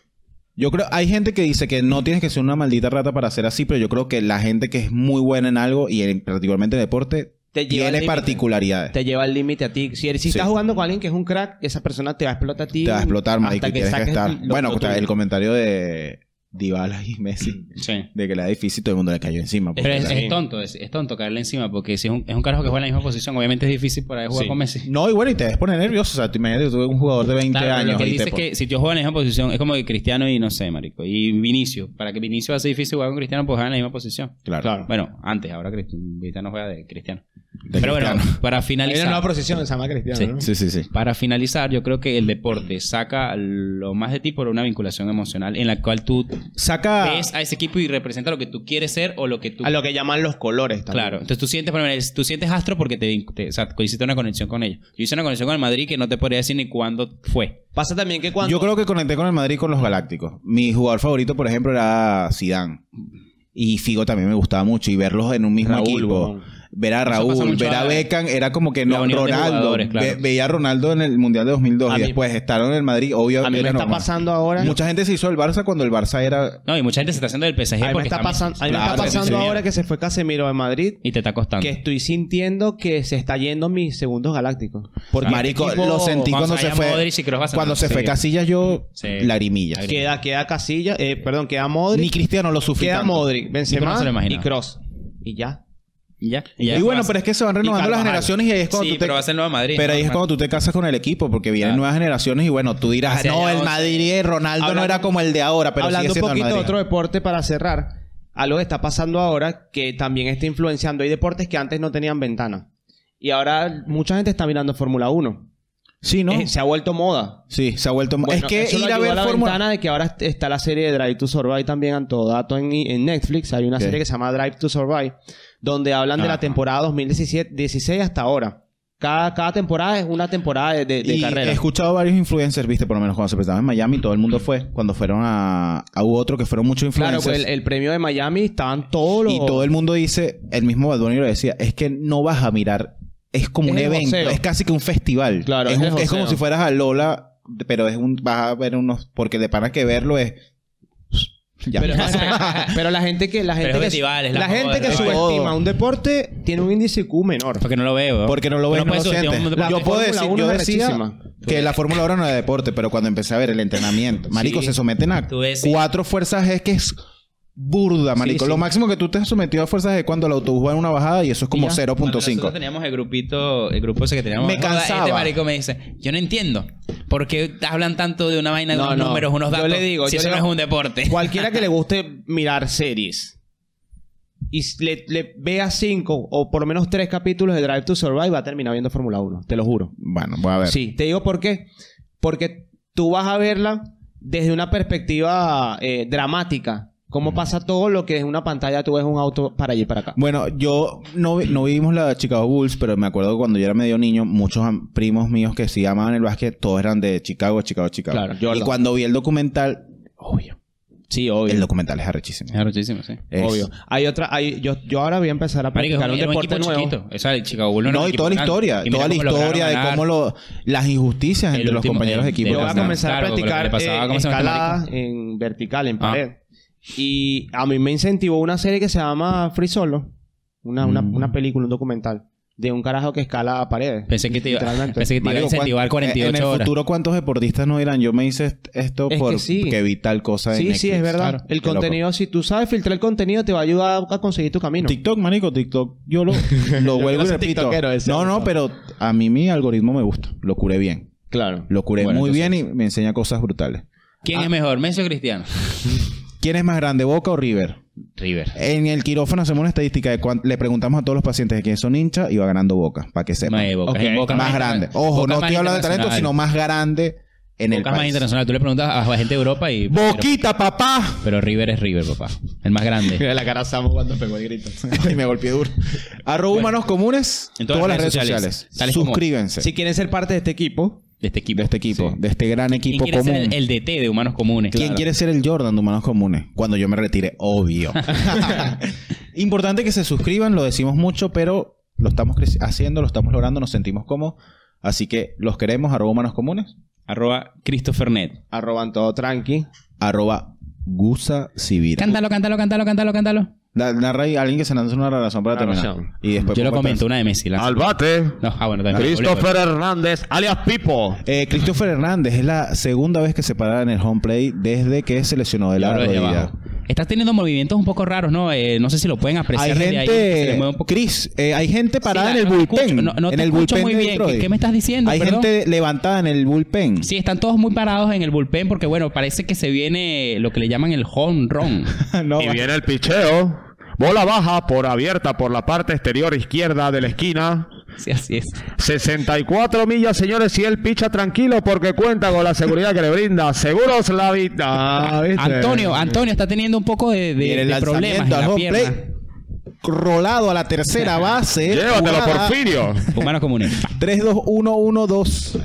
Speaker 4: Yo creo, hay gente que dice que no tienes que ser una maldita rata para ser así, pero yo creo que la gente que es muy buena en algo y en- particularmente en deporte,
Speaker 5: Te lleva al
Speaker 4: tiene
Speaker 5: límite.
Speaker 4: particularidades.
Speaker 5: Te lleva al límite a ti. Si, si estás
Speaker 4: Sí.
Speaker 5: jugando con alguien que es un crack, esa persona te va a explotar a ti.
Speaker 4: Te va a explotar,
Speaker 5: hasta
Speaker 4: marico, y tienes que
Speaker 5: saques
Speaker 4: estar.
Speaker 5: lo-
Speaker 4: bueno,
Speaker 5: lo tuyo.
Speaker 4: el comentario de Dybala y Messi
Speaker 6: Sí.
Speaker 4: de que la era difícil, todo el mundo le cayó encima. porque
Speaker 6: Pero es,
Speaker 4: la-
Speaker 6: es tonto, es, es tonto caerle encima porque si es un, es un carajo que juega en la misma posición, obviamente es difícil para él jugar
Speaker 5: Sí.
Speaker 6: con Messi.
Speaker 4: No, y bueno, y te ves poner nervioso. O sea, tú imagínate, tuve un jugador de 20
Speaker 6: Claro,
Speaker 4: años.
Speaker 6: lo que
Speaker 4: y
Speaker 6: dice
Speaker 4: te
Speaker 6: es
Speaker 4: pon-
Speaker 6: que si yo juego en la misma posición, es como que Cristiano y no sé, marico. Y Vinicio. Para que Vinicio hace difícil jugar con Cristiano, pues juega en la misma posición.
Speaker 4: Claro.
Speaker 6: Bueno, antes, ahora Cristi- Cristiano juega de Cristiano.
Speaker 4: De
Speaker 6: Pero
Speaker 4: Cristiano.
Speaker 6: bueno, para
Speaker 5: Hay una
Speaker 6: finalizar.
Speaker 5: nueva procesión, se llama Cristiano,
Speaker 6: Sí.
Speaker 5: ¿no?
Speaker 4: Sí, sí, sí.
Speaker 6: Para finalizar, yo creo que el deporte saca lo más de ti por una vinculación emocional en la cual tú
Speaker 4: Saca.
Speaker 6: ves a ese equipo y representa lo que tú quieres ser o lo que tú...
Speaker 5: A lo que llaman los colores también.
Speaker 6: Claro, entonces tú sientes, por ejemplo, tú sientes Astro porque te, vin- te- o sea, hiciste una conexión con ellos. Yo hice una conexión con el Madrid que no te podría decir ni cuándo fue.
Speaker 5: Pasa también que cuando...
Speaker 4: Yo creo que conecté con el Madrid y con los Galácticos. Mi jugador favorito, por ejemplo, era Zidane. Y Figo también me gustaba mucho. Y verlos en un mismo
Speaker 5: Raúl,
Speaker 4: equipo.
Speaker 5: weón.
Speaker 4: Ver a
Speaker 6: Eso pasa
Speaker 4: Raúl,
Speaker 6: mucho
Speaker 4: ver a
Speaker 6: a-
Speaker 4: Beckham, era como que
Speaker 6: la
Speaker 4: no,
Speaker 6: unión de
Speaker 4: Ronaldo.
Speaker 6: jugadores, claro.
Speaker 4: Ve- veía a Ronaldo en el Mundial de 2002
Speaker 5: A
Speaker 4: y
Speaker 5: mí-
Speaker 4: después estaron en el Madrid. Obvio,
Speaker 5: A mí me
Speaker 4: era
Speaker 5: está
Speaker 4: normal.
Speaker 5: pasando ahora...
Speaker 4: Mucha gente se hizo el Barça cuando el Barça era...
Speaker 6: No, y mucha gente se está haciendo del
Speaker 4: Eh,
Speaker 6: PSG
Speaker 5: A mí me
Speaker 6: porque
Speaker 5: está,
Speaker 6: está
Speaker 5: pasando, a mí me
Speaker 4: Claro,
Speaker 5: está
Speaker 4: sí,
Speaker 5: pasando
Speaker 4: sí.
Speaker 5: ahora que se fue Casemiro de Madrid,
Speaker 6: y te está costando.
Speaker 5: que estoy sintiendo que se está yendo mis segundos galácticos. Porque
Speaker 4: Marico,
Speaker 5: este equipo
Speaker 4: lo sentí
Speaker 6: cuando
Speaker 4: cuando
Speaker 6: se
Speaker 4: se
Speaker 6: vaya
Speaker 4: fue...
Speaker 6: Modric y Kroos va a
Speaker 4: cuando se
Speaker 6: sentir-
Speaker 4: fue
Speaker 6: sí.
Speaker 4: Casillas yo...
Speaker 6: Sí.
Speaker 4: Lagrimillas.
Speaker 5: Queda, queda Casilla, eh, perdón, queda
Speaker 4: Ni
Speaker 5: Modric,
Speaker 4: Cristiano lo sufrió
Speaker 5: queda Modric,
Speaker 6: Ni Kroos se lo
Speaker 5: Benzema y
Speaker 6: imaginaba.
Speaker 5: Cross. Y ya.
Speaker 6: Y ya.
Speaker 4: Y bueno, pero es que se van renovando las
Speaker 5: Carvajal.
Speaker 4: generaciones y ahí es cuando
Speaker 6: sí,
Speaker 4: tú te...
Speaker 6: pero va a ser Nueva Madrid.
Speaker 4: Pero
Speaker 6: ¿no?
Speaker 4: ahí es cuando tú te casas con el equipo, porque vienen
Speaker 6: Claro.
Speaker 4: nuevas generaciones y bueno, tú dirás,
Speaker 6: Hacia
Speaker 4: no,
Speaker 6: allá
Speaker 4: el
Speaker 6: vos-
Speaker 4: Madrid, eh, Ronaldo no
Speaker 5: Hablando-
Speaker 4: era como el de ahora, pero
Speaker 5: Hablando
Speaker 4: sigue
Speaker 5: un
Speaker 4: siendo
Speaker 5: poquito
Speaker 4: el
Speaker 5: de
Speaker 4: Madrid.
Speaker 5: otro deporte para cerrar, algo que está pasando ahora que también está influenciando. Hay deportes que antes no tenían ventana. Y ahora mucha gente está mirando Fórmula 1.
Speaker 4: Sí, ¿no?
Speaker 5: Eh, se ha vuelto moda.
Speaker 4: sí, se ha vuelto...
Speaker 5: Bueno,
Speaker 4: es que
Speaker 5: eso lo
Speaker 4: ir a
Speaker 5: ayudó
Speaker 4: ver
Speaker 5: la
Speaker 4: Fórmula...
Speaker 5: ventana de que ahora est- está la serie de Drive to Survive también a todo dato en, en Netflix. Hay una
Speaker 4: Ok.
Speaker 5: serie que se llama Drive to Survive, donde hablan de la
Speaker 6: Ajá.
Speaker 5: temporada 2016 hasta ahora. Cada, cada temporada es una temporada de, de- de
Speaker 4: y
Speaker 5: carrera.
Speaker 4: he escuchado varios influencers, viste, por lo menos cuando se presentaban en Miami, todo el mundo fue. Cuando fueron a, a hubo otro que fueron muchos
Speaker 5: Claro,
Speaker 4: influencers.
Speaker 5: pues el, el premio de Miami estaban todos los...
Speaker 4: y todo el mundo dice, el mismo Bad Bunny lo decía, es que no vas a mirar, es como
Speaker 5: Es
Speaker 4: un
Speaker 5: el
Speaker 4: evento,
Speaker 5: joseo.
Speaker 4: es casi que un festival.
Speaker 5: Claro,
Speaker 4: es,
Speaker 5: es el
Speaker 4: un- es como si
Speaker 5: joseo.
Speaker 4: fueras a Lola, pero es un, vas a ver unos, porque de pana que verlo es... Ya.
Speaker 5: pero, pero la gente que la gente
Speaker 6: Pero es
Speaker 5: que,
Speaker 6: festivales,
Speaker 5: la
Speaker 6: las
Speaker 5: gente que
Speaker 6: jodas,
Speaker 5: subestima un deporte tiene un índice Q menor.
Speaker 6: Porque no lo veo.
Speaker 4: porque no lo ves,
Speaker 6: Pero
Speaker 4: no, lo
Speaker 5: pues
Speaker 6: puedes subestimar
Speaker 4: sientes.
Speaker 6: un montón de
Speaker 4: Yo
Speaker 6: cosas.
Speaker 4: puedo
Speaker 5: Fórmula
Speaker 4: decir,
Speaker 5: uno
Speaker 4: yo
Speaker 5: es
Speaker 4: decía
Speaker 5: arrechísima.
Speaker 4: que la Fórmula 1 no era deporte, pero cuando empecé a ver el entrenamiento, marico, se someten a
Speaker 6: Tú ves, sí.
Speaker 4: cuatro fuerzas G que es burda, marico.
Speaker 5: sí.
Speaker 4: Lo máximo que tú te has sometido a fuerzas G es cuando el autobús va en una bajada y eso es como
Speaker 6: Ya. Cuando Nosotros
Speaker 4: 0.5.
Speaker 6: teníamos el grupito, el grupo ese que teníamos.
Speaker 4: Me
Speaker 6: Joda, Este
Speaker 4: cansaba.
Speaker 6: marico me dice, yo no entiendo. ¿Por qué hablan tanto de una vaina, de
Speaker 5: No,
Speaker 6: unos
Speaker 5: no.
Speaker 6: números, unos
Speaker 5: Yo
Speaker 6: datos?
Speaker 5: le digo,
Speaker 6: si
Speaker 5: yo
Speaker 6: eso
Speaker 5: le
Speaker 6: no es
Speaker 5: digo-
Speaker 6: un deporte.
Speaker 5: Cualquiera que le guste mirar series y s- le, le vea cinco o por lo menos tres capítulos de Drive to Survive va a terminar viendo Fórmula 1, te lo juro.
Speaker 4: Bueno, voy a ver.
Speaker 5: Sí, te digo por qué. Porque tú vas a verla desde una perspectiva eh, dramática.
Speaker 4: Mm.
Speaker 5: Cómo pasa todo lo que es una pantalla, tú ves un auto para allí y para acá.
Speaker 4: Bueno, yo no, vi- no vivimos la de Chicago Bulls, pero me acuerdo que cuando yo era medio niño, muchos am- primos míos que sí amaban el básquet, todos eran de Chicago, Chicago, Chicago.
Speaker 5: Claro, Jordan.
Speaker 4: y cuando vi el documental, obvio,
Speaker 5: Sí, obvio.
Speaker 4: el documental es arrechísimo.
Speaker 6: Claro, muchísimo, sí.
Speaker 4: Es-
Speaker 5: Obvio. Hay otra, hay, yo, yo ahora voy a empezar a
Speaker 6: Marico,
Speaker 5: practicar
Speaker 6: era
Speaker 5: un deporte
Speaker 6: equipo
Speaker 5: nuevo.
Speaker 6: chiquito. O sea, el Chicago Bulls era
Speaker 4: No,
Speaker 6: un
Speaker 4: y
Speaker 6: equipo
Speaker 4: toda la
Speaker 6: grande.
Speaker 4: historia,
Speaker 6: Y mira
Speaker 4: toda la
Speaker 6: cómo lograron
Speaker 4: historia de
Speaker 6: ganar.
Speaker 4: cómo lo, las injusticias
Speaker 6: El
Speaker 4: entre los
Speaker 6: último-
Speaker 4: compañeros de
Speaker 6: el-
Speaker 4: equipo.
Speaker 6: del
Speaker 5: Yo voy a
Speaker 6: Claro,
Speaker 5: comenzar a
Speaker 6: claro, porque lo que
Speaker 5: practicar
Speaker 6: le pasaba,
Speaker 5: eh,
Speaker 6: ¿cómo se llama Ah. este
Speaker 5: escalada en vertical, en pared.
Speaker 6: Mm.
Speaker 5: Y a mí me incentivó una serie que se llama Free Solo. Una, una, una película, un documental. de un carajo que escala paredes.
Speaker 6: Pensé que te iba,
Speaker 5: Literalmente.
Speaker 6: pensé que te iba a
Speaker 4: Marico,
Speaker 6: incentivar
Speaker 4: ¿cuán- En
Speaker 6: 48
Speaker 4: el
Speaker 6: horas.
Speaker 4: futuro, ¿cuántos deportistas no dirán? Yo me hice est- esto
Speaker 5: Es que
Speaker 4: porque
Speaker 5: sí.
Speaker 4: vi tal cosa en
Speaker 5: Sí, sí,
Speaker 4: Netflix"?
Speaker 5: es verdad.
Speaker 4: Claro.
Speaker 5: el
Speaker 4: Qué loco.
Speaker 5: contenido, si tú sabes filtrar el contenido, te va a ayudar a conseguir tu camino.
Speaker 4: TikTok, marico, TikTok. Yo lo, lo vuelvo y
Speaker 5: soy
Speaker 4: repito.
Speaker 5: tiktokero, ese
Speaker 4: No, no,
Speaker 5: gusto.
Speaker 4: pero a mí mi algoritmo me gusta. Lo curé bien.
Speaker 5: Claro.
Speaker 4: Lo curé
Speaker 6: Bueno,
Speaker 4: muy bien y me enseña cosas brutales.
Speaker 6: ¿Quién es mejor, Messi o Cristiano?
Speaker 4: ¿Quién es más grande, Boca o River?
Speaker 6: River.
Speaker 4: En el quirófano hacemos una estadística de cuán- le preguntamos a todos los pacientes de quién son hinchas y va ganando Boca, para que sepan.
Speaker 6: Mae, Boca
Speaker 4: Ok,
Speaker 6: es- Boca
Speaker 4: más
Speaker 6: más
Speaker 4: grande.
Speaker 6: interna-
Speaker 4: Ojo,
Speaker 6: Boca
Speaker 4: no
Speaker 6: más
Speaker 4: estoy hablando de talento,
Speaker 6: internacional.
Speaker 4: sino más grande en el
Speaker 6: Boca más
Speaker 4: país.
Speaker 6: internacional. Tú le preguntas a la gente de Europa y...
Speaker 4: Boquita, papá.
Speaker 6: Pero River es River, papá. El más grande.
Speaker 5: Mira la cara a Samu cuando pegó el grito.
Speaker 4: y me golpeé duro. Arroba humanos comunes en todas, las redes sociales.
Speaker 6: Tales como-
Speaker 4: Suscríbanse
Speaker 5: si quieren ser parte de este equipo,
Speaker 6: De este equipo.
Speaker 4: de este equipo,
Speaker 6: Sí.
Speaker 4: de este gran
Speaker 6: ¿Quién
Speaker 4: equipo
Speaker 6: quiere
Speaker 4: común.
Speaker 6: ser el, el DT de Humanos Comunes?
Speaker 4: ¿Quién
Speaker 6: Claro.
Speaker 4: quiere ser el Jordan de Humanos Comunes? Cuando yo me retire, obvio. Importante que se suscriban, lo decimos mucho, pero lo estamos creci- haciendo, lo estamos logrando, nos sentimos cómodos. Así que los queremos, arroba Humanos Comunes,
Speaker 6: Arroba Christopher Net.
Speaker 5: arroban todo tranqui.
Speaker 4: arroba Gusa Sivira.
Speaker 6: Cántalo, cántalo, cántalo, cántalo, cántalo.
Speaker 4: Da- narra ahí alguien que se lanza una relación para terminar.
Speaker 5: Narración.
Speaker 4: Y después
Speaker 6: Yo lo
Speaker 4: compartan.
Speaker 6: comento, una de Messi. la-
Speaker 7: Al bate,
Speaker 6: No, ah, bueno, también.
Speaker 7: Christopher Hernández, alias Pipo.
Speaker 4: Eh, Christopher Hernández es la segunda vez que se para en el home play desde que se lesionó de la
Speaker 6: Yo hablo desde
Speaker 4: rodilla.
Speaker 6: abajo. Estás teniendo movimientos un poco raros, ¿no? Eh, no sé si lo pueden apreciar
Speaker 4: Hay
Speaker 6: desde ahí, que se le
Speaker 4: gente,
Speaker 6: mueve un poco.
Speaker 4: Chris, eh, hay gente parada
Speaker 6: Sí,
Speaker 4: en el
Speaker 6: no te
Speaker 4: bullpen.
Speaker 6: escucho, no- no te
Speaker 4: en el
Speaker 6: escucho
Speaker 4: bullpen
Speaker 6: muy
Speaker 4: de
Speaker 6: bien.
Speaker 4: Detroit.
Speaker 6: ¿Qué- qué me estás diciendo?
Speaker 4: Hay
Speaker 6: Perdón.
Speaker 4: gente levantada en el bullpen.
Speaker 6: Sí, están todos muy parados en el bullpen porque, bueno, parece que se viene lo que le llaman el home run.
Speaker 4: No,
Speaker 7: Y viene el picheo. Bola baja por abierta por la parte exterior izquierda de la esquina.
Speaker 6: Sí, así es.
Speaker 7: 64 millas, señores, y él picha tranquilo porque cuenta con la seguridad que le brinda. Seguros la vida.
Speaker 6: Antonio, Antonio está teniendo un poco de, de-
Speaker 4: Y en el
Speaker 6: de problemas en
Speaker 4: lanzamiento al
Speaker 6: la
Speaker 4: home
Speaker 6: pierna.
Speaker 4: play. Rolado a la tercera base.
Speaker 7: Llévatelo,
Speaker 4: jugada
Speaker 7: Porfirio.
Speaker 6: Humanos comunes.
Speaker 4: 3-2-1-1-2.